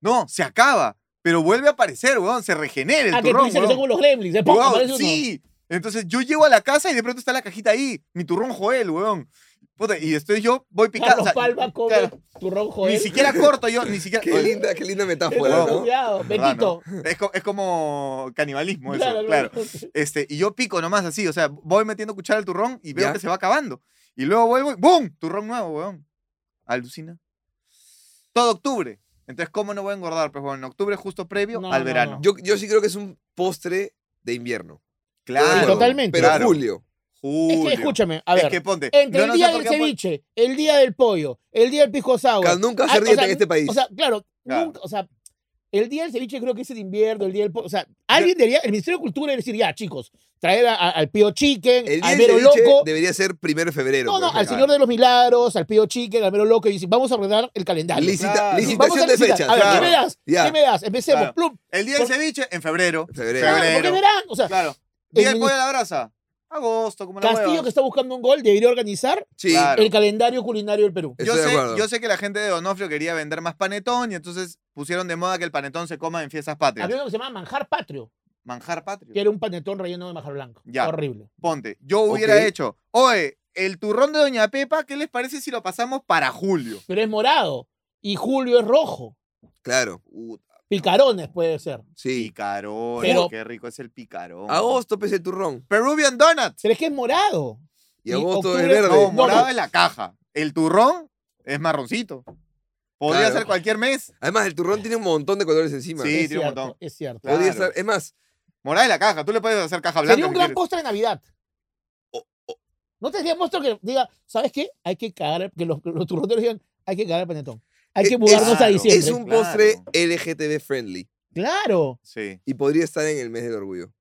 A: no, se acaba, pero vuelve a aparecer, weón, se regenera el
B: ah, que tú
A: turrón.
B: dices que
A: weón.
B: son como los gremlins. de pum,
A: Weón,
B: aparece uno.
A: sí. Entonces yo llego a la casa y de pronto está la cajita ahí, mi turrón Joel, weón. Puta, y estoy yo, voy picando.
B: Carlos
A: o sea,
B: Palma come
A: claro,
B: turrón
A: ni
B: joven.
A: siquiera corto yo, ni siquiera.
C: Qué
A: Oye,
C: linda, qué linda metáfora,
A: Bueno,
B: Cuidado,
C: ¿no?
B: cuidado,
A: ¿verdad,
B: Betito.
A: no? es, co- es como canibalismo eso,
B: Claro,
A: claro.
B: claro.
A: Este, y yo pico nomás así, o sea, voy metiendo cuchara al turrón y veo
C: Ya.
A: que se va acabando. Y luego vuelvo y ¡boom! Turrón nuevo, weón. Alucina. Todo octubre. Entonces, ¿cómo no voy a engordar? Pues bueno, en octubre justo previo
B: No,
A: al
B: no,
A: verano.
B: no.
C: Yo, yo sí creo que es un postre de invierno.
A: Claro.
B: Sí, totalmente.
C: Pero
A: Claro.
C: Julio.
A: Julio.
B: Es que escúchame, a ver.
A: Es que ponte.
B: entre
A: yo
B: el
A: no sé
B: día
A: por
B: del
A: qué han pu-
B: ceviche, el día del pollo, el día del pisco sour.
C: Ca- Nunca
B: Ah,
C: se
B: o
C: ríe
B: sea,
C: en este país.
B: O sea, claro,
A: Claro.
B: nunca, o sea, el día del ceviche creo que es el invierno, el día del pollo. O sea, alguien debería, el Ministerio de Cultura debería decir, ya, chicos, traer a- a- al Pío Chicken,
C: el día
B: al
C: del
B: Vero
C: ceviche
B: Loco.
C: debería ser primero de febrero.
B: No, no,
C: por
B: al
C: ejemplo.
B: Señor de los Milagros, al Pío Chicken, al Vero Loco, y dicen, vamos a ordenar el calendario.
C: Licita-
A: Claro.
B: Vamos a
C: Licitación de
B: licitar.
C: fechas.
B: A ver,
A: claro.
B: ¿qué me das?
C: Ya.
B: ¿Qué me das? Empecemos.
A: Claro.
B: plum.
A: El día del
B: Por-
A: ceviche, en febrero.
C: Febrero.
B: Claro, porque
A: Febrero.
B: verán, o sea,
A: Claro.
B: El
A: Día del pollo
B: mini-
A: de la brasa. Agosto, como la
B: Castillo que
A: hueva.
B: está buscando un gol debería organizar
C: Sí.
A: Claro.
B: el calendario culinario del Perú.
A: Yo
C: Estoy de
A: sé,
C: acuerdo.
A: yo sé que la gente de Donofrio quería vender más panetón y entonces pusieron de moda que el panetón se coma en fiestas patrias.
B: Había uno que se llamaba manjar patrio,
A: Manjar patrio.
B: que era un panetón relleno de manjar blanco.
A: Ya.
B: Horrible.
A: Ponte, yo hubiera
C: Ok.
A: hecho, oye, el turrón de Doña Pepa, ¿qué les parece si lo pasamos para julio?
B: Pero es morado y Julio es rojo.
C: Claro.
A: Puta,
B: Picarones puede ser.
C: Sí.
A: picarón,
B: Pero-
A: qué rico es el picarón.
C: Agosto pese el turrón.
A: Peruvian Donut.
B: Pero es que es morado.
C: Y
B: Y
C: agosto es
B: octubre-
C: verde.
A: No,
B: No,
A: morado
B: no.
A: es la caja. El turrón es marroncito. Podría
C: Claro.
A: ser cualquier mes.
C: Además, el turrón tiene un montón de colores encima.
A: Sí,
B: es
A: tiene un
B: cierto,
A: montón.
B: Es cierto.
A: Claro.
C: Podría estar- es más,
A: Morada es la caja. Tú le puedes hacer caja blanca.
B: Sería un
A: si
B: gran
A: quieres.
B: postre de Navidad.
C: O- o-
B: No tendría postre que diga, ¿sabes qué? Hay que cagar, el- que los, que los turroteros digan, hay que cagar el panetón. Hay que
C: Es-
B: mudarnos a
A: E, claro.
B: diciembre.
C: es un
A: Claro.
C: postre LGTB friendly.
B: Claro.
A: Sí.
C: Y podría estar en el mes del orgullo.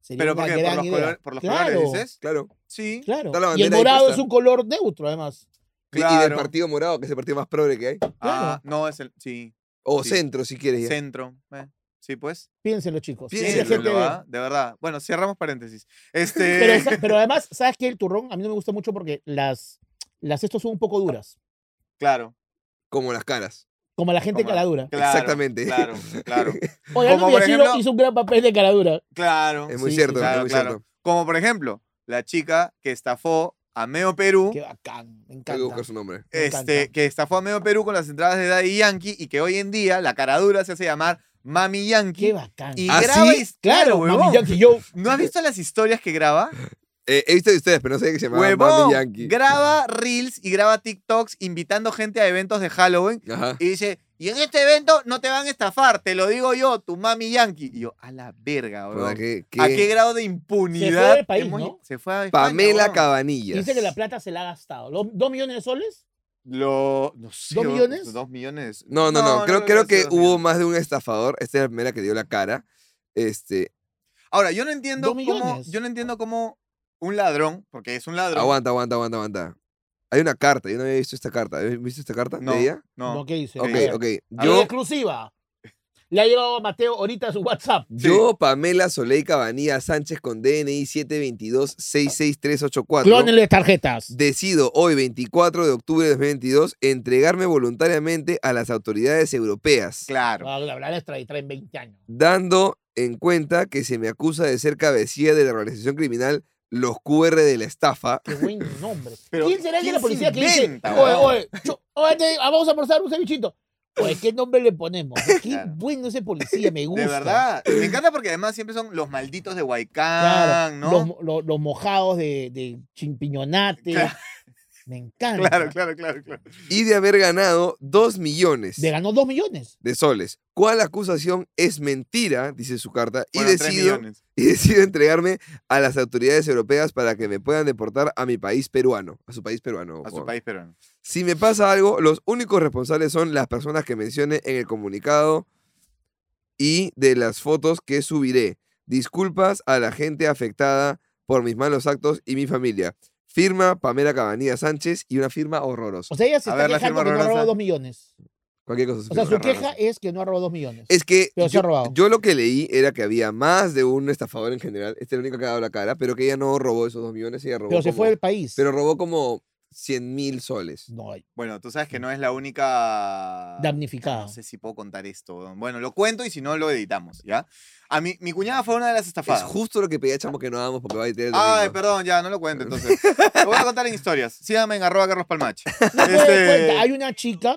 B: Sería
A: Pero
B: una
A: ¿por qué?
B: gran
A: ¿Por los,
B: idea.
A: colores, por los
B: Claro,
A: colores dices?
C: Claro.
A: Sí.
B: Claro.
C: Está la
B: Y el
C: bandera ahí
B: morado
C: puesta.
B: es un color neutro, además.
C: Y- Y del
A: Claro.
C: partido morado, que es el partido más progre que hay.
A: Ah, no, es el. Sí.
C: O
A: Sí.
C: centro, si quieres. ya.
A: Centro. eh, Sí, pues.
B: Piénsenlo, chicos.
A: Sí,
C: Piénsenlo,
B: Mucha gente
A: de
B: ve.
A: verdad. Bueno, cerramos paréntesis. Este.
B: Pero, esa- pero además, ¿sabes qué? El turrón a mí no me gusta mucho porque las, las estos son un poco duras.
A: Claro.
C: Como las caras.
B: Como la gente de
A: Como-
B: caladura.
A: Claro,
C: Exactamente.
A: Claro, claro.
B: Oye, Aldo
A: Como por
B: Villaciro
A: ejemplo-
B: hizo un gran papel de caladura.
A: Claro.
C: Es muy
B: Sí, sí,
C: cierto, es
A: claro,
C: muy
A: claro.
C: cierto.
A: Como por ejemplo, la chica que estafó a Meo Perú.
B: Qué bacán, me
C: Tengo que
B: encanta.
C: buscar su nombre.
B: Me
A: Este,
B: encanta.
A: que estafó a Meo Perú con las entradas de Daddy Yankee y que hoy en día la caradura se hace llamar Mami
B: Qué
A: Yankee.
B: bacán.
A: Y
C: ¿Ah,
A: graba
C: sí?
A: his-
B: claro,
A: huevón.
B: Mami Yankee Joe.
A: ¿No has visto las historias que graba?
C: Eh, he visto de ustedes, pero no sé qué se llamaba
A: Huevón,
C: Mami Yankee.
A: graba reels y graba TikToks invitando gente a eventos de Halloween
C: Ajá.
A: y dice, y en este evento no te van a estafar, te lo digo yo, tu mami yankee. Y yo, a la verga,
C: Puta,
A: weón.
C: ¿qué-
A: ¿A
C: qué?
A: qué grado de
B: Se
A: impunidad?
B: fue del país,
A: hemos-
B: ¿no?
A: Se fue a España,
C: Pamela
A: weón?
C: Cabanillas.
B: Dice que la plata se la ha gastado. ¿Los ¿Dos millones de soles?
A: Lo, no sé,
B: ¿Dos
A: weón,
B: millones?
A: Dos millones.
C: No, no, no.
A: creo
C: creo, creo
A: que
C: que
A: sí, dos
C: hubo
A: millones.
C: más de un estafador. Esta es la primera que dio la cara. Este,
A: Ahora, yo no entiendo
B: Dos
A: cómo,
B: millones.
A: yo no entiendo cómo un ladrón, porque es un ladrón.
C: aguanta, aguanta, aguanta, aguanta. Hay una carta. Yo no había visto esta carta. ¿Habías visto esta carta
A: No,
C: de ella?
A: No,
B: ¿Qué dice?
C: Ok,
B: A ver.
C: ok.
A: A
B: En
C: Yo,
B: exclusiva. Le ha llegado a Mateo ahorita a su WhatsApp.
C: yo, Pamela Soleil Cabanilla Sánchez con DNI 722-66384.
B: Clónenle tarjetas.
C: Decido hoy, 24 de octubre de 2022, entregarme voluntariamente a las autoridades europeas,
A: claro.
B: Ah, La verdad les trae, traen 20 años.
C: dando en cuenta que se me acusa de ser cabecilla de la organización criminal Los QR de la Estafa.
B: Qué buen nombre.
A: Pero,
B: ¿Quién será el de
A: ¿quién
B: la
A: se
B: policía que
A: inventa,
B: dice, oye,
A: weón?
B: oye, chu- oye, te- ah, vamos a almorzar un cevichito? Oye, ¿qué nombre le ponemos? Qué
A: Claro.
B: bueno ese policía, me gusta.
A: De verdad. Me encanta porque además siempre son los malditos de Huaycán,
B: Claro,
A: ¿no?
B: los, mo- lo- los mojados de, de chimpiñonate.
A: Claro.
B: Me encanta.
A: Claro, claro, claro, claro.
C: y de haber ganado 2 millones
B: Le ganó 2 millones.
C: de soles. ¿Cuál acusación es mentira? Dice su carta.
A: Bueno,
C: y,
A: tres
C: decido,
A: millones.
C: y decido entregarme a las autoridades europeas para que me puedan deportar a mi país peruano. A su país peruano.
A: A su
C: Juan.
A: país peruano.
C: Si me pasa algo, los únicos responsables son las personas que mencioné en el comunicado y de las fotos que subiré. Disculpas a la gente afectada por mis malos actos y mi familia. Firma Pamela Cabanilla Sánchez y una firma horrorosa.
B: O sea, ella se
A: A
B: está
A: ver, la
B: quejando
A: firma
B: que no ha robado
A: Rosa.
B: 2 millones.
C: Cualquier cosa.
B: O sea,
C: firma.
B: su
A: Rosa.
B: queja es que no ha robado 2 millones.
C: Es que
B: Pero se ha
C: yo,
B: robado.
C: yo lo que leí era que había más de un estafador en general. Este es el único que ha dado la cara, pero que ella no robó esos dos millones, ella robó.
B: Pero se
C: como-
B: fue del país.
C: Pero robó como 100 mil soles.
B: No,
A: Bueno, tú sabes que no es la única...
B: damnificada.
A: No sé si puedo contar esto. weón. Bueno, lo cuento y si no, lo editamos, ¿ya? A mi, mi cuñada fue una de las
C: Es
A: estafadas.
C: justo lo que pedía Chamo que no hagamos porque va a ir el
A: Ay,
C: domingo.
A: perdón, ya, no lo cuento entonces. Lo voy a contar en historias. Síganme en arroba Carlos Palmach.
B: No te das Pues, cuenta, hay una chica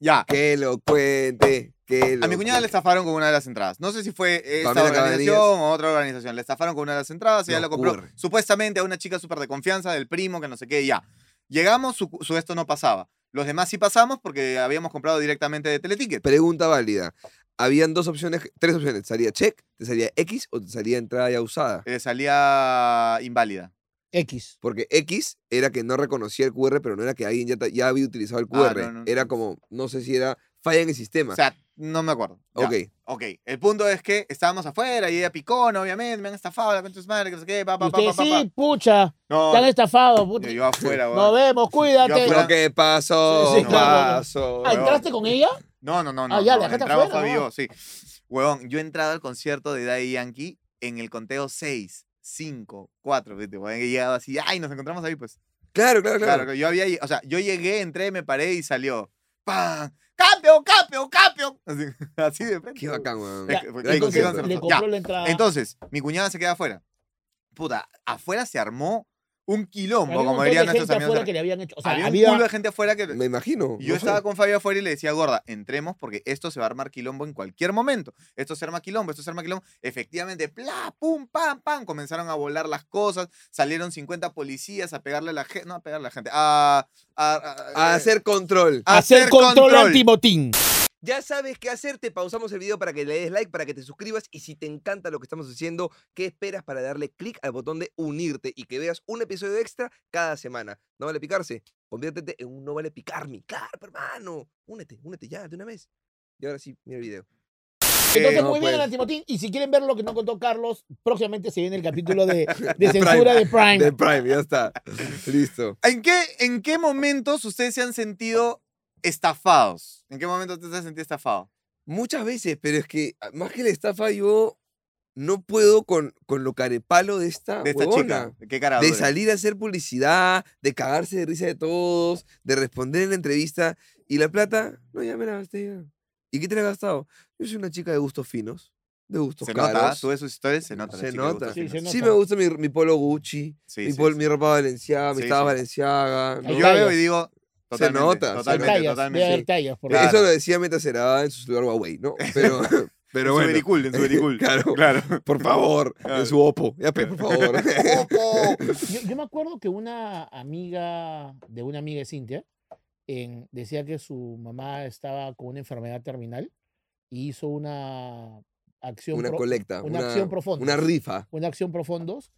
A: Ya.
C: Que lo cuente, que lo
A: A mi cuñada le
C: cuente.
A: estafaron con una de las entradas. No sé si fue esta
C: Pamela
A: organización
C: Cabanillas.
A: o otra organización. Le estafaron con una de las entradas, ella
C: No
A: la compró
C: ocurre.
A: supuestamente a una chica súper de confianza, del primo, que no sé qué, ya. Llegamos, su, su esto no pasaba. Los demás sí pasamos porque habíamos comprado directamente de Teleticket.
C: Pregunta válida. Habían dos opciones, tres opciones. ¿Te salía check, te salía X o te salía entrada ya usada?
A: Eh, salía inválida.
B: X.
C: Porque X era que no reconocía el QR, pero no era que alguien ya, ta- ya había utilizado el
A: Ah,
C: QR.
A: no, no,
C: Era
A: no.
C: como, no sé si era falla en el sistema.
A: O sea, no me acuerdo. Ya.
C: ok.
A: Ok, el punto es que estábamos afuera y ella picona, obviamente, me han estafado, la concha de su madre, que no sé qué, pa,
B: Y
A: pa, pa,
B: usted,
A: pa, pa, pa.
B: sí, pucha,
A: No,
B: te han estafado, puta.
A: yo, yo afuera,
B: Nos
A: weón.
B: vemos, cuídate.
A: Yo
C: Lo que pasó,
A: Sí, sí,
B: claro.
C: pasó.
B: Ah, ¿entraste con ella?
A: No, no, no, no.
B: Ah, ya,
A: no,
B: la dejaste
A: entraba
B: afuera,
A: Fabi y
B: ¿no?
A: yo, sí. Weón, yo he entrado al concierto de Daddy Yankee en el conteo 6, 5, 4, viste, weón, que llegaba así, ay, nos encontramos ahí, pues.
C: Claro, claro,
A: Claro,
C: claro.
A: que yo había, o sea, yo llegué, entré, me paré y salió, ¡pam! ¡Campeón, campeón, campeón! Así, así de frente.
C: Qué
A: weón.
C: bacán, weón.
A: Es
B: Ya,
A: que-
C: gran
A: que- que-
C: concierto.
A: que-
B: Le
A: ya.
B: compró la entrada.
A: Entonces, mi cuñada se queda afuera. Puta, afuera se armó un
B: Había
A: quilombo,
B: un
A: como
B: montón de
A: dirían nuestros
B: gente
A: amigos.
B: afuera
A: de-
B: que le habían hecho. O sea,
A: había,
B: había-
A: un culo de gente afuera que...
C: Me imagino.
A: Y
C: no
A: yo
C: sé.
A: estaba con Fabio afuera y le decía, gorda, entremos porque esto se va a armar quilombo en cualquier momento. Esto se arma quilombo, esto se arma quilombo. Efectivamente, pla, pum, pam, pam, comenzaron a volar las cosas. Salieron 50 policías a pegarle a la gente, no a pegarle a la gente, a... a- a-
C: A hacer control.
A: a
B: Hacer control antibotín.
C: Ya sabes qué hacer, te pausamos el video para que le des like, para que te suscribas y si te encanta lo que estamos haciendo, ¿qué esperas para darle clic al botón de unirte y que veas un episodio extra cada semana? No vale picarse, conviértete en un no vale picarme. Claro, hermano, únete, únete ya, de una vez. Y ahora sí, mira el video.
A: Eh,
B: Entonces,
C: no,
B: muy bien
C: pues.
B: el antibotín. Y si quieren ver lo que no contó Carlos, próximamente se viene el capítulo de, de
C: De
B: censura de Prime.
C: Del Prime, ya está. Listo.
A: ¿En qué, ¿En qué momentos ustedes se han sentido estafados? ¿En qué momento ustedes se han sentido estafados?
C: ah, Muchas veces, pero es que a- más que la estafa, yo no puedo con, con lo carepalo de esta,
A: De esta
C: Ah, huevona.
A: chica. Ah, Qué cara.
C: De
A: dura.
C: salir a hacer publicidad, de cagarse de risa de todos, de responder en la entrevista. Y la plata, no, ya me la gasté ya. ¿Y qué te la has gastado? Yo soy una chica de gustos finos, de gustos
A: Se nota,
C: caros.
A: ¿ah? tú ves sus historias, se nota. la
C: Se
A: chica le gusta
C: nota.
A: el
B: Sí, se
A: gimnasio.
C: Sí
B: nota.
C: me gusta mi, mi polo Gucci,
A: Sí,
C: mi,
A: sí,
C: pol-
A: sí.
C: mi ropa valenciaga, mi
A: Sí,
C: estaba
A: sí.
C: valenciaga.
B: Ahí
A: Y
C: ¿no?
B: Hay
A: Yo veo
B: tallas.
A: y digo. Totalmente,
C: nota, se
B: Hay
A: totalmente,
B: tallas, debe haber
A: totalmente.
B: tallas. Por
A: Sí.
B: ahí.
A: Claro.
C: Eso lo decía mientras era en su celular Huawei, ¿no? Pero,
A: En
C: pero
A: su
C: bueno,
A: vericul, en su vericul.
C: Claro.
A: claro.
C: por favor, en
A: Claro.
C: su Oppo. Ya, pe, por favor.
A: Opo.
B: Yo, yo me acuerdo que una amiga de una amiga de Cintia en- decía que su mamá estaba con una enfermedad terminal y hizo una acción,
C: una
B: pro-
C: colecta.
B: una acción profunda.
C: Una rifa.
B: una acción profundos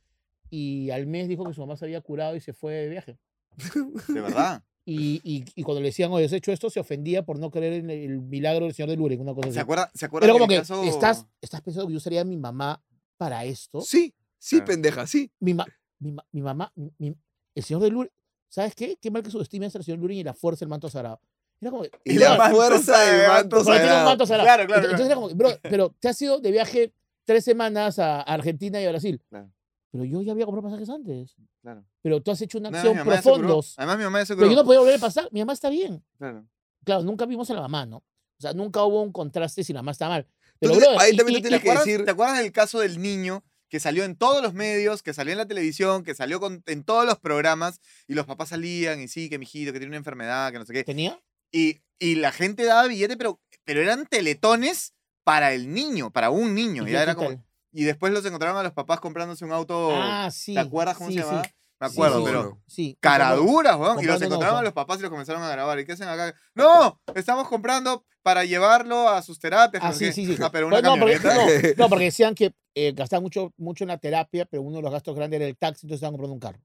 B: y al mes dijo que su mamá se había curado y se fue de viaje.
A: De verdad.
B: Y, y, y cuando le decían, oye, has hecho esto, se ofendía por no creer en el milagro del Señor de Lourdes, una cosa
A: ¿Se
B: así.
A: acuerda? ¿Se acuerda
B: Era como
A: del
B: que,
A: caso-
B: ¿estás, ¿estás pensando que yo sería mi mamá para esto?
C: Sí, sí,
B: Ah.
A: Claro.
C: pendeja, sí.
B: mi, ma- mi, ma- mi mamá, mi- mi- el señor de Lourdes, ¿sabes qué? Qué mal que subestimes al señor Lourdes y la fuerza del manto sagrado. Era como,
C: Y
A: Y
C: la
A: el manto
C: fuerza del
A: sagrado.
B: ah,
C: manto
B: Porque tiene un
C: sagrado.
B: manto sagrado.
A: Claro, claro,
B: entonces era como, bro, pero te has ido de viaje tres semanas a Argentina y a Brasil.
A: Claro.
B: Pero yo ya había comprado pasajes antes.
A: Claro.
B: Pero tú has hecho una
A: No, mi
B: acción
A: mamá ya se curó.
B: profundos.
A: Además, mi mamá ya se
B: Pero yo
A: curó.
B: no podía volver a pasar. Mi mamá está bien.
A: Claro.
B: Claro, nunca vimos a la mamá, ¿no? O sea, nunca hubo un contraste si la mamá está mal. Pero,
C: Entonces,
B: brother,
C: ahí
B: y- y-
C: también tú
A: ¿Te
C: Tiene que
A: acuerdas,
C: decir-
A: te acuerdas del caso del niño que salió en todos los medios, que salió en la televisión, que salió con- en todos los programas y los papás salían y sí, que mijito, que tiene una enfermedad, que no sé qué?
B: ¿Tenía?
A: Y, y la gente daba billete, pero, pero eran teletones para el niño, para un
B: ¿Y
A: niño.
B: qué-
A: ya era
B: qué
A: como-
B: tal?
A: y después los encontraron a los papás comprándose un auto.
B: Ah, sí.
A: ¿Te acuerdas cómo
B: sí,
A: se llamaba?
B: sí,
A: Me
B: sí,
A: acuerdo,
B: sí,
A: pero.
C: Bueno.
B: Sí. Caradú.
A: Caraduras, weón. Y los
B: comprando un
A: encontraron a
B: auto.
A: los papás y los comenzaron a grabar. ¿Y qué hacen acá? ¡No! Estamos comprando para llevarlo a sus terapias.
B: Ah,
A: no sé
B: sí,
A: qué.
B: sí, sí.
A: Ah, pero una
B: Bueno, no, porque-
A: camioneta.
B: no, no, porque decían que eh, gastaban mucho, mucho en la terapia, pero uno de los gastos grandes era el taxi, entonces estaban comprando un carro.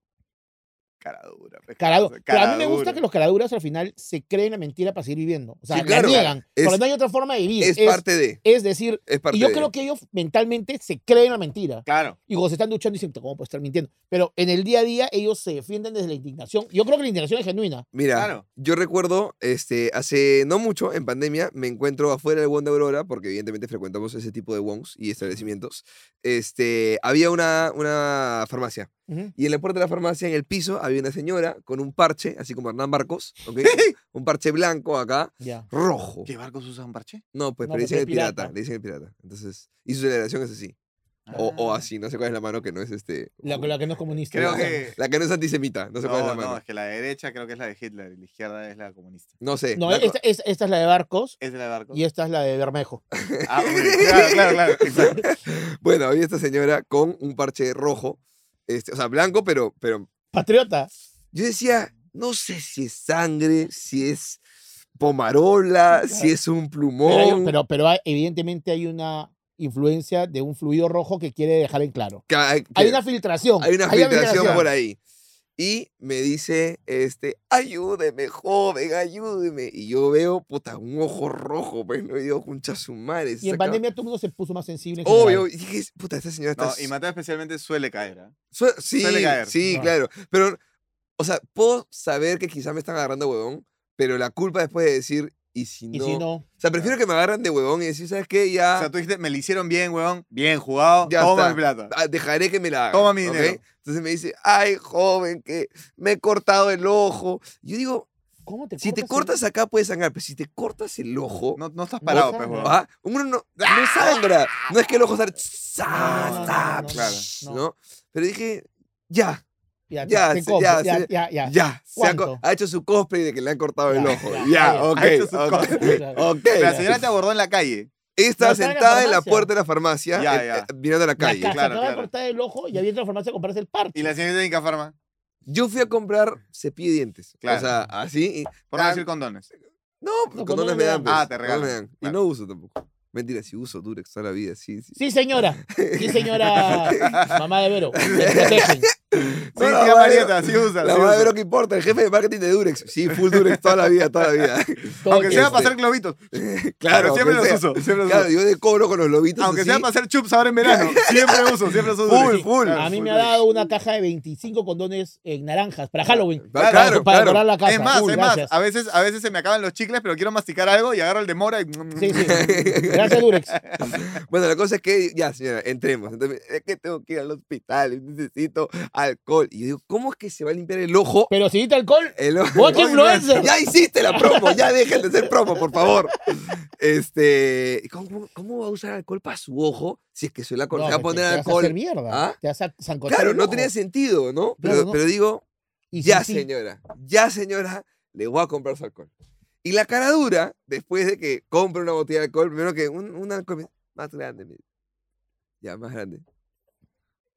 A: Caradura. pues,
B: Caradu-
A: cosa,
B: Pero a mí me gusta
A: caradura.
B: que los caraduras al final se creen la mentira para seguir viviendo. O sea,
C: Sí,
B: la
C: claro.
B: niegan.
C: Es-
B: porque no hay otra forma de vivir.
C: Es
B: Es,
C: parte de.
B: es decir,
C: Es parte
B: y yo
C: de.
B: creo que ellos mentalmente se creen la mentira.
A: Claro.
B: Y cuando se están duchando dicen, ¿cómo puedo estar mintiendo? Pero en el día a día ellos se defienden desde la indignación. Yo creo que la indignación es genuina.
C: Mira,
A: Claro.
C: yo recuerdo, este, hace no mucho, en pandemia, me encuentro afuera del Wong de Aurora, porque evidentemente frecuentamos ese tipo de Wongs y establecimientos. Este, había una, una farmacia.
B: Ujú.
C: Y en la puerta de la farmacia, en el piso, había una señora con un parche, así como Hernán Barcos, ¿ok? un parche blanco acá,
B: Ya.
C: rojo.
A: ¿Qué barcos usan parche?
C: No, pues,
B: No,
C: pero le
B: porque
C: dicen
B: es
C: el pirata,
B: pirata.
C: le dicen el pirata. Entonces, y su celebración es así. O,
B: Ah.
C: o así, no sé cuál es la mano que no es este...
B: La, la que no es comunista.
A: Creo
B: ¿no?
A: que.
C: La que no es antisemita, no sé cuál es
A: No,
C: la mano.
A: no,
C: No,
A: es que la derecha creo que es la de Hitler y la izquierda es la comunista.
C: sé.
B: No,
C: la-
B: esta, esta- esta es la de Barcos
A: Es de la de barcos.
B: y esta es la de Bermejo.
A: Ah, ok, claro, claro, claro. exacto.
C: Bueno, había esta señora con un parche rojo, este, o sea, blanco, pero, pero
B: Patriota.
C: yo decía, no sé si es sangre, si es pomarola, si es un plumón.
B: Pero, hay un- pero, pero hay- evidentemente hay una influencia de un fluido rojo que quiere dejar en claro.
C: que hay- que
B: Hay una filtración.
C: eh, hay una filtración por ahí. Y me dice, este, ayúdeme, joven, ayúdeme. Y yo veo, puta, un ojo rojo, pues no digo, concha su madre. se
B: Y en
C: sacaba-
B: pandemia todo el mundo se puso más sensible. en general.
C: Obvio, y dije, puta, esta señora está
A: No, y Mateo especialmente suele caer. ¿ah?
C: Su- sí,
A: Suele caer.
C: sí,
B: Ah.
C: claro. Pero, o sea, puedo saber que quizás me están agarrando de huevón, pero la culpa después de decir, ¿y si no?
B: Y si no,
C: O sea, prefiero que me agarren de huevón y decir, ¿sabes qué? Ya
A: O sea, tú dijiste, me lo hicieron bien, huevón. Bien jugado.
C: Ya
A: toma
C: está.
A: el plata.
C: ah, dejaré que me la hagan.
A: Toma mi
C: ¿ok?
A: dinero.
C: Entonces me dice, ay, joven, que me he cortado el ojo. Yo digo,
B: ¿cómo te
C: si te
B: cortas?
C: cortas acá puedes sangrar, pero si te cortas el ojo,
A: No, no estás parado,
B: No,
A: pues,
B: no.
A: huevón.
C: ah, uno no, no sangra. No es que el ojo salga,
A: No,
C: sa-
A: no, no,
C: sa-
A: no, no, claro.
B: no.
C: ¿no? Pero dije, ya,
B: Ya, te-
C: Ya,
B: te
C: se-
B: compro,
C: ya,
B: ya, ya,
C: se-
B: ya,
C: Ya, se ha, co-
B: ¿Cuánto?
C: ha hecho su cosplay de que le han cortado el
B: Ya,
C: ojo. Ya,
B: ya, ya.
C: ok.
A: Ha hecho su
C: ok,
A: cosplay.
C: ok.
A: La señora te abordó en la calle.
C: Está
B: No, estaba en la
C: sentada en la
B: farmacia.
C: puerta de la farmacia,
A: Ya,
C: eh,
A: ya.
C: eh, mirando a la
B: La
C: calle.
B: caja, se
A: claro,
B: acaba de
A: claro.
B: cortar el ojo y había entrado a la farmacia a comprarse el parche.
A: Y la señorita de Incafarma,
C: Yo fui a comprar cepillo de dientes.
A: Claro.
C: O sea, así. y-
A: por no
C: Ah,
A: decir condones.
C: no, pues,
B: No,
C: condones
B: condones me
C: me
B: dan.
C: dan. pues,
A: Ah, te
C: condones me
A: regalan,
C: dan. Y
A: claro.
C: no uso tampoco. Mentira, si uso Durex toda la vida, sí, sí.
B: Sí, señora. Sí, señora. Mamá de Vero. Te protegen.
A: Sí,
C: la
A: tía
C: madre-
A: Marieta, sí usa.
C: La
A: sí
C: madre
A: usa.
C: de lo que importa, el jefe de marketing de Durex. Sí, full Durex toda la vida, toda la vida.
B: Todo
A: Aunque
B: que-
A: sea
C: Este.
A: para hacer globitos.
C: Claro,
A: Pero siempre los
C: aunque sea-
A: uso. Siempre los
C: Claro,
A: uso.
C: yo de cobro con los lobitos.
A: Aunque
C: así.
A: sea para hacer chups ahora en verano. Siempre uso, siempre los uso.
C: Full,
A: Sí,
C: full.
A: claro,
B: A mí
A: full,
B: me ha
A: full.
B: dado una caja de 25 condones en naranjas para Halloween.
C: Ah,
B: para-
C: claro,
B: para
C: claro.
B: decorar la casa.
A: Es más,
B: Full,
A: es más.
B: gracias.
A: A veces, a veces se me acaban los chicles, pero quiero masticar algo y agarro el de mora y. mm,
B: Sí, sí. Gracias, Durex.
C: Bueno, la cosa es que, ya, señora, entremos. Entonces, es que tengo que ir al hospital, necesito alcohol. Y yo digo, ¿cómo es que se va a limpiar el ojo?
B: Pero si diste alcohol,
C: El ojo.
B: vos
A: Oye,
B: influencer.
C: Ya hiciste la promo, ya dejen de hacer promo, por favor. Este, ¿cómo, cómo va a usar alcohol para su ojo si es que se le
B: No, pero
C: aconsejaba
B: te-
C: poner
B: te vas a hacer
C: alcohol?
B: mierda.
C: ¿Ah?
B: Te vas a zancochar
C: Claro,
B: el
C: no
B: ojo.
C: tenía sentido, ¿no? Pero,
B: Claro, no.
C: pero digo,
B: Y
C: ya
B: sin ti.
C: señora, ya señora, le voy a comprar su alcohol. Y la cara dura, después de que compre una botella de alcohol, primero que un, un alcohol me- más grande, me dice. ya más grande.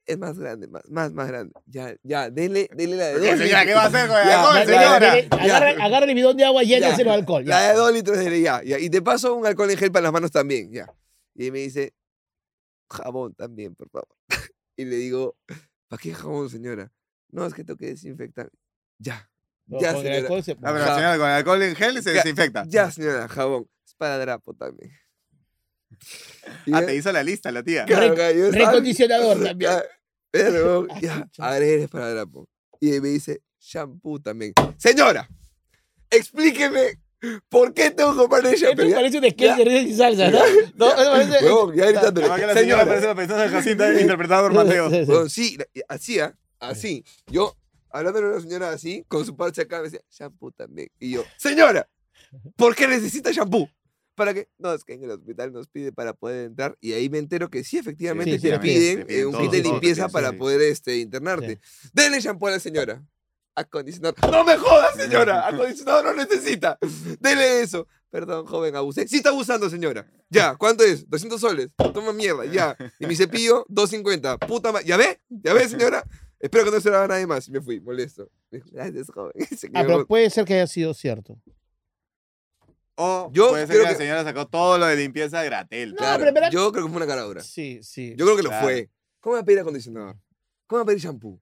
C: Es más grande, más, más, más grande. Ya, ya, dele, dele la de
A: ¿Qué,
C: dos.
A: señora, ¿qué va a hacer con el
C: Ya,
A: alcohol,
C: ya,
B: Dale, dale,
A: señora?
B: dale, Agarra, agarra el bidón de agua y llénaselo de alcohol. ya.
C: La de dos litros de ya, ya. Y te paso un alcohol en gel para las manos también, ya. Y me dice, jabón también, por favor. y le digo, ¿para qué jabón, señora? No, es que tengo que desinfectar. Ya,
B: No,
C: ya,
B: con el
C: señora.
B: alcohol se-
A: Ah, pero la señora, con el alcohol en gel se
C: Ya,
A: desinfecta.
C: ya, señora, jabón. Es para drapo también. Y
A: Ah,
C: ya,
A: te hizo la lista la tía.
C: claro,
B: Re-
C: claro, yo estaba-
B: Recondicionador también.
C: ya, pero,
B: Ah,
C: ya,
B: chucha.
C: ahora eres para drapo. Y me dice, shampoo también. Señora, explíqueme por qué tengo que comprar el shampoo.
B: Esto
C: Ya-
B: parece un sketch de risas y salsa, ¿no? No, esto parece-
C: Huevón, ya gritándole,
A: Además que la señora
C: señora,
A: parece la persona de Jacinta, interpretada por Mateo.
B: Sí, sí.
C: Huevón, sí, la- así, ¿ah? Así. Yo, hablando con una señora así, con su parche acá, me decía, shampoo también. Y yo, señora, ¿por qué necesita shampoo? ¿Para qué? No, es que en el hospital nos pide para poder entrar. Y ahí me entero que sí, efectivamente,
B: Sí, sí,
C: te
B: te piden,
C: piden,
A: te piden
C: eh, un
A: todo,
C: kit de
B: todo, te
C: limpieza
A: piden,
C: para
A: sí.
C: poder este, internarte. Denle shampoo a la señora. Acondicionador. ¡No me jodas, señora! Acondicionador no necesita. Dele eso. Perdón, joven, abusé. Sí está abusando, señora. Ya, ¿cuánto es? 200 soles. Toma mierda, ya. Y mi cepillo, 250. Puta madre. ¿Ya ve? ¿Ya ve, señora? Espero que no se lo haga nadie más. Y me fui, molesto. Me dijo, Gracias, joven. Se
B: Ah,
C: quedó
B: pero
C: con-
B: puede ser que haya sido cierto.
A: O
C: Yo
A: puede ser
C: creo
A: que la
C: que-
A: señora sacó todo lo de limpieza de gratel.
B: No, pero en verdad-
C: Yo creo que fue una cara dura.
B: Sí, sí.
C: Yo creo que lo
A: Claro.
C: fue. ¿Cómo va a pedir acondicionador? ¿Cómo va a pedir shampoo?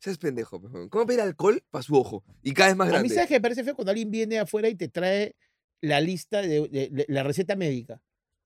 C: Seas pendejo, pe, joven. ¿Cómo va a pedir alcohol para su ojo? Y cada vez más
B: A mí,
C: grande.
B: ¿sabes que me parece feo cuando alguien viene afuera y te trae la lista de, de- de- la receta médica?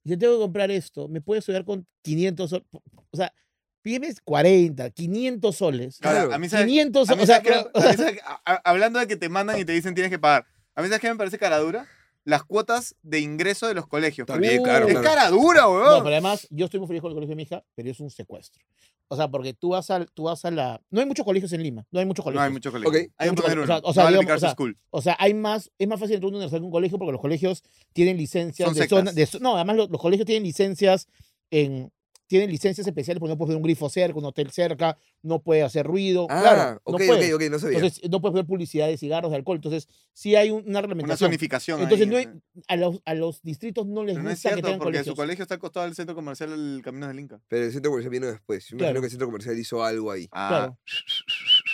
B: Yo tengo que comprar esto, me puedes ayudar con 500 soles. O sea, pídeme 40, 500 soles.
A: Ahora,
C: Claro.
A: a mí, ¿sabes?
B: 500
A: A mí,
B: soles. O sea,
A: ¿sabes qué?
B: pero-
A: A mí, ¿sabes qué? A- a- hablando de que te mandan y te dicen tienes que pagar. A mí, ¿sabes qué me parece cara dura? Las cuotas de ingreso de los colegios.
C: También,
B: Uh,
C: claro.
A: es
C: claro.
A: cara dura,
B: No,
A: weón.
B: pero además, yo estoy muy feliz con el colegio de mi hija, pero es un secuestro. O sea, porque tú vas, al, tú vas a la... No hay muchos colegios en Lima, no hay muchos
A: no
B: colegios.
A: hay mucho colegio.
C: Ok.
A: Hay que
B: Mucho
A: poner
B: colegio.
A: uno.
B: O sea, o sea,
A: no vale
B: digamos,
A: Picasso
B: o sea,
A: School.
B: O sea, hay más, es más fácil entrar a una universidad que un colegio porque los colegios tienen licencias
A: Son
B: de zona.
A: sectas.
B: de zo- no, además lo- los, colegios tienen licencias en. Tienen licencias especiales porque no puedes ver un grifo cerca, un hotel cerca, no puede hacer ruido.
C: Ah,
B: claro,
C: ok,
B: no
C: ok,
B: puedes.
C: ok, no sabía.
B: Entonces, no puedes ver publicidad de cigarros, de alcohol. Entonces, sí hay un- una
A: Una
B: reglamentación.
A: zonificación.
B: Entonces,
A: ahí,
B: no hay-
A: o sea.
B: a, los, a los distritos no les
A: Pero no es
B: gusta que
A: cierto,
B: tengan
A: porque
B: colegios.
A: su colegio está al costado del centro comercial el Camino del Inca.
C: Pero el centro comercial vino después. Yo me
B: Claro.
C: imagino que el centro comercial hizo algo ahí.
A: Ah,
B: Claro.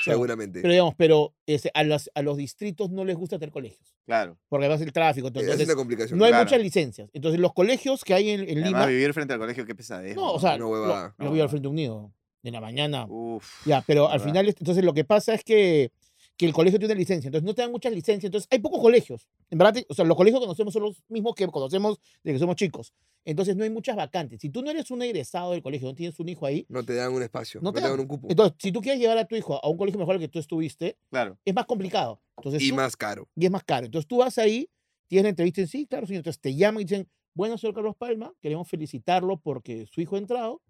C: Seguramente.
B: Pero digamos, pero este, a, las- a los distritos no les gusta tener colegios.
A: claro.
B: Porque además el tráfico.
C: Eh,
B: Entonces,
C: es una complicación.
B: no hay
A: claro.
B: muchas licencias. Entonces, los colegios que hay en, en
A: Además,
B: Lima.
A: vivir frente al colegio, qué pesadez.
B: No,
A: weón.
B: o sea,
C: una
B: lo,
C: huevada.
B: lo vio al Frente Unido en la mañana.
A: Uf.
B: Ya, pero al
A: verdad.
B: final, este- entonces lo que pasa es que, que el colegio tiene licencia, entonces no te dan muchas licencias, entonces hay pocos colegios. En verdad, te- o sea, los colegios que conocemos son los mismos que conocemos desde que somos chicos. Entonces no hay muchas vacantes. Si tú no eres un egresado del colegio, no tienes un hijo ahí,
C: No te dan un espacio. No,
B: No
C: te,
B: te
C: dan un cupo.
B: entonces si tú quieres llevar a tu hijo a un colegio mejor al que tú estuviste,
A: Claro.
B: es más complicado. Entonces,
C: Y
B: tú-
C: más caro.
B: y es más caro. Entonces tú vas ahí, tienes la entrevista en sí, claro, señor. Entonces te llaman y dicen, bueno, señor Carlos Palma, queremos felicitarlo porque su hijo ha entrado,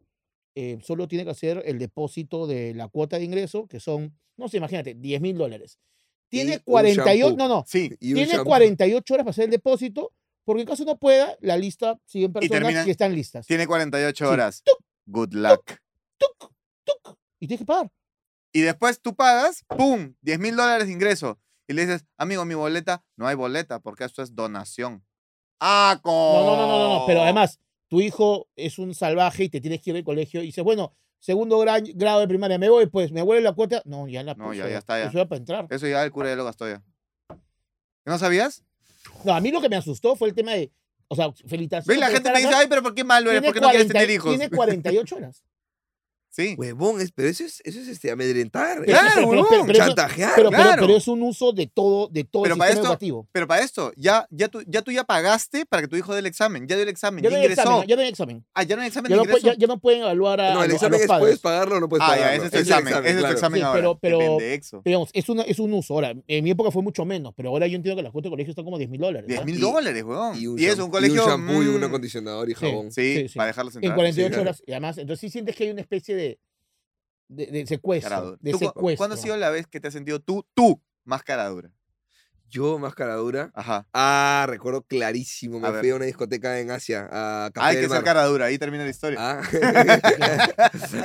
B: eh, solo tiene que hacer el depósito de la cuota de ingreso, que son, no sé, imagínate, 10 mil dólares.
C: Y
B: Tiene
C: un
B: 48,
C: shampoo.
B: no, no,
A: Sí.
C: Y un
B: tiene
C: shampoo.
B: 48 horas para hacer el depósito, porque en caso no pueda, la lista, 100 personas
A: terminan-
B: que están listas.
A: Tiene 48
B: Sí.
A: horas. Good luck.
B: Tuc, tuc, y tienes que pagar.
A: Y después tú pagas, ¡pum! 10 mil dólares de ingreso. Y le dices, amigo, mi boleta. No hay boleta porque esto es donación. ¡Ah, con!
B: No, no, no, no, no, no, Pero además, tu hijo es un salvaje y te tienes que ir al colegio y dices, bueno, segundo gra- grado de primaria, me voy, pues, me devuelve la cuota. No, ya la
A: No,
B: puso,
A: ya- ya está, ya.
B: Eso era para entrar.
A: Eso ya el cura ya lo gastó ya. ¿No sabías?
B: No, a mí lo que me asustó fue el tema de, o sea, felicitaciones.
A: ¿Ves? La
B: por
A: gente
B: estar
A: te dice,
B: acá.
A: ay, pero ¿por qué malo eres?
B: Tiene
A: ¿Por qué no quieres
B: 40
A: tener hijos?
B: Tiene 48 horas.
A: Sí.
C: Huevón, es, pero eso es, eso es este, amedrentar.
A: Claro,
C: eso es
A: huevón,
B: eso-
C: chantajear.
B: pero- pero-
A: claro.
B: pero es un uso de todo, de todo
A: Pero
B: el
A: para
B: sistema
A: esto-
B: educativo.
A: Pero para esto, ya, ya, tú, ya tú ya pagaste para que tu hijo dé el examen. Ya dio el examen,
B: Ya
A: ya,
B: no hay
A: ingresó.
B: examen, ya no hay examen.
A: Ah, ya no hay examen
B: Ya
A: de
B: no, pue-
A: ingreso.
B: ya- ya no pueden evaluar a,
C: no,
B: a
C: el
B: lo- a
C: examen
B: los
C: es,
B: padres.
C: ¿puedes pagarlo o no puedes
A: ah,
C: pagarlo?
A: ya, ese es tu
C: el
A: examen. Ese es tu
C: claro.
A: examen
B: Sí,
A: ahora.
B: pero- pero-
A: Depende exo.
B: Pero digamos, es, una, es un uso. Ahora, en mi época fue mucho menos, pero ahora yo entiendo que las cuotas de colegio están como 10 mil dólares. ¿no?
A: 10 mil
C: Y-
A: dólares, weón. Y,
C: un
A: es
C: shampoo-
A: un colegio.
C: Y un shampoo y un
A: mm,
C: acondicionador y
B: Sí.
C: jabón.
A: Sí,
B: Sí, sí.
A: para dejarlos
B: En
A: entrar.
B: 48
C: claro.
B: horas. Y además, entonces sí sientes que hay una especie de, de, de secuestro.
A: Caradura.
B: De
A: ¿Tú cu-
B: secuestro.
A: ¿Cuándo ha sido la vez que te has sentido tú, tú, más cara dura?
C: Yo, máscara dura.
A: Ajá.
C: Ah, recuerdo clarísimo. Me
A: A
C: fui
A: ver.
C: a una discoteca en Asia, a Café
A: Hay
C: del
A: que
C: Mar.
A: ser cara dura, ahí termina la historia.
C: Ah.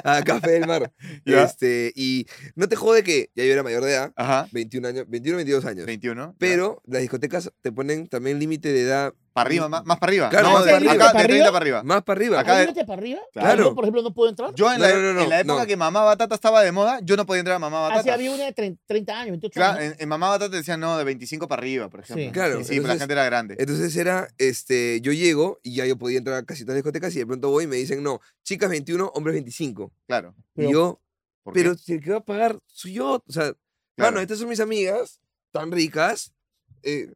C: a Café del Mar.
A: Ya.
C: Este, y no te jode que ya yo era mayor de edad,
A: Ajá.
C: 21 años, 21, 22 años.
A: 21. ya.
C: Pero las discotecas te ponen también límite de edad
A: Para arriba, más, más para arriba.
C: Claro,
A: no,
C: más
A: de,
C: para
A: acá,
B: arriba.
A: de 30 para arriba.
C: más para arriba.
A: Acá
B: ¿Ah,
A: de-
B: mírate para arriba?
A: Claro.
B: Yo, por ejemplo, no puedo entrar.
A: Yo en,
C: No,
A: la,
C: no, no, no,
A: en la época
C: no.
A: que Mamá Batata estaba de moda, yo no podía entrar a Mamá
B: Así
A: Batata.
B: Ah, había una de 30, 30 años, 28
A: Claro,
B: años.
A: en, en Mamá Batata te decían, no, de 25 para arriba, por ejemplo.
B: Sí.
C: Claro,
A: Y sí, pero la
C: entonces-
A: gente era grande.
C: Entonces era, este, yo llego y ya yo podía entrar a casi todas las discotecas y de pronto voy y me dicen, no, chicas 21, hombres 25.
A: Claro.
B: Pero-
C: y yo,
A: ¿Por qué?
C: pero este si el que va a pagar soy yo. O sea,
A: Claro.
C: bueno, estas son mis amigas, tan ricas, eh,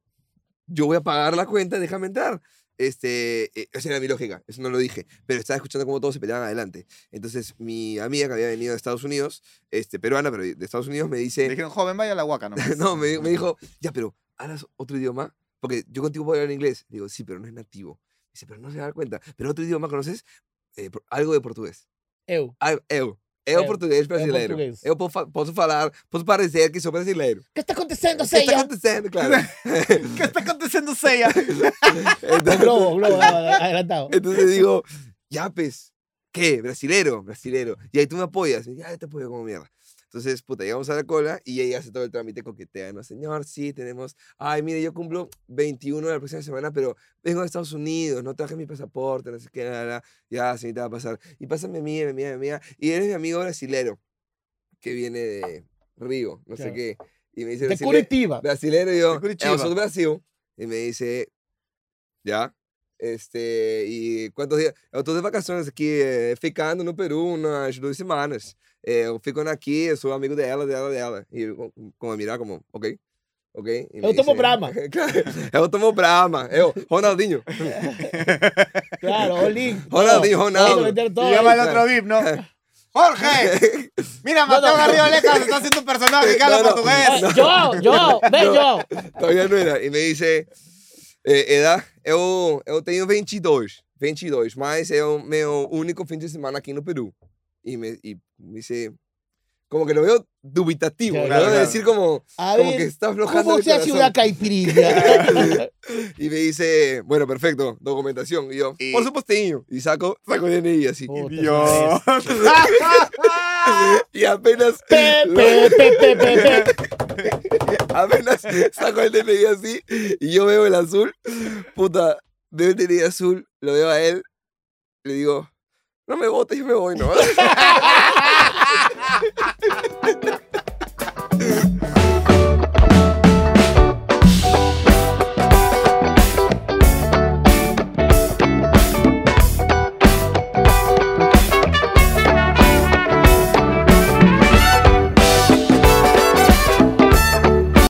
C: yo voy a pagar la cuenta, déjame entrar. Este, eh, esa era mi lógica, eso no lo dije, pero estaba escuchando cómo todos se peleaban adelante. Entonces, mi amiga que había venido de Estados Unidos, este, peruana, pero de Estados Unidos, me
A: Le
C: dice,
A: dijeron, joven, vaya a la huaca, ¿no?
C: no, me, me dijo, ya, pero ¿hablas otro idioma? Porque yo contigo puedo hablar inglés. Digo, sí, pero no es nativo. Dice, pero no se va a dar cuenta. ¿Pero otro idioma conoces? Eh, por- algo de português.
B: Eu.
C: Al- Eu.
B: Eu,
C: Eu português brasileiro.
B: português.
C: Eu posso, fa- posso falar, posso parecer que sou brasileiro.
B: ¿Qué está aconteciendo,
C: O que está
B: Seiya?
C: acontecendo, claro.
A: ¿Qué está aconteciendo, Seiya?
C: Entonces,
B: Globo, globo, ah, adelantado.
C: entonces digo, ya, pues, ¿qué? Brasilero, brasilero. Y ahí tú me apoyas. Y ya te apoyo como mierda. Entonces, puta, llegamos a la cola y ella hace todo el trámite coquetea, ¿no? Señor, sí, tenemos... Ay, mire, yo cumplo 21 la próxima semana, pero vengo de Estados Unidos, no traje mi pasaporte, no sé qué, la, la, la. Ya, sí, te va a pasar. Y pasa mi amiga, mi amiga, mi amiga. Y eres mi amigo brasilero, que viene de Río, no sé
B: Claro.
C: qué. Y me dice...
B: De
C: "Brasile-
B: Curitiba.
C: Brasilero y yo, "Eh,
A: De
C: eu sou
A: Curitiba.
C: do Brasil. Y me dice, ya, este, ¿y cuántos días? Eu tô de vacações aqui, eh, ficando no Peru umas duas semanas. Eh, eu fico aqui, eu sou amigo dela, dela, dela. E eu com- com a mirar como, ok, ok. E me
B: Eu tomo
C: dice-
B: Brahma.
C: Claro, eu tomo Brahma, eu, Ronaldinho,
B: Claro, Oli.
C: Ronaldinho,
B: todo.
C: Ronaldo.
B: Vamos a meter todo
A: Y llama
B: ahí.
A: al otro VIP, ¿no? ¡Jorge! Mira,
B: No, no.
A: Mateo Garrido Leca se está haciendo un personaje que habla
C: No, no.
B: Ah,
A: portugués.
B: Joao, Joao, ven,
C: No.
B: Joao.
C: todavía não era. E me dice, eh, edad, eu, eu tenho e 22, 22, mas é o meu único fim de semana aqui no Peru. E me, e me dice, como que lo veo dubitativo,
B: Claro,
C: ¿no? De
A: claro.
C: decir como,
B: A
C: como que
B: ver,
C: está aflojando
B: ¿cómo
C: el
B: se hace
C: corazón.
B: una caipirinha?
C: Y me dice, bueno, perfecto, documentación. Y yo,
A: Y- Oh.
C: por supuesto, y saco, saco DNI así.
B: Puta
A: Dios.
C: Y apenas,
B: Pe, pe, pe, pe, pe, pe.
C: apenas saco el DNI así, y yo veo el azul, puta, veo el DNI azul, lo veo a él, le digo, no me votes, yo me voy, ¿no?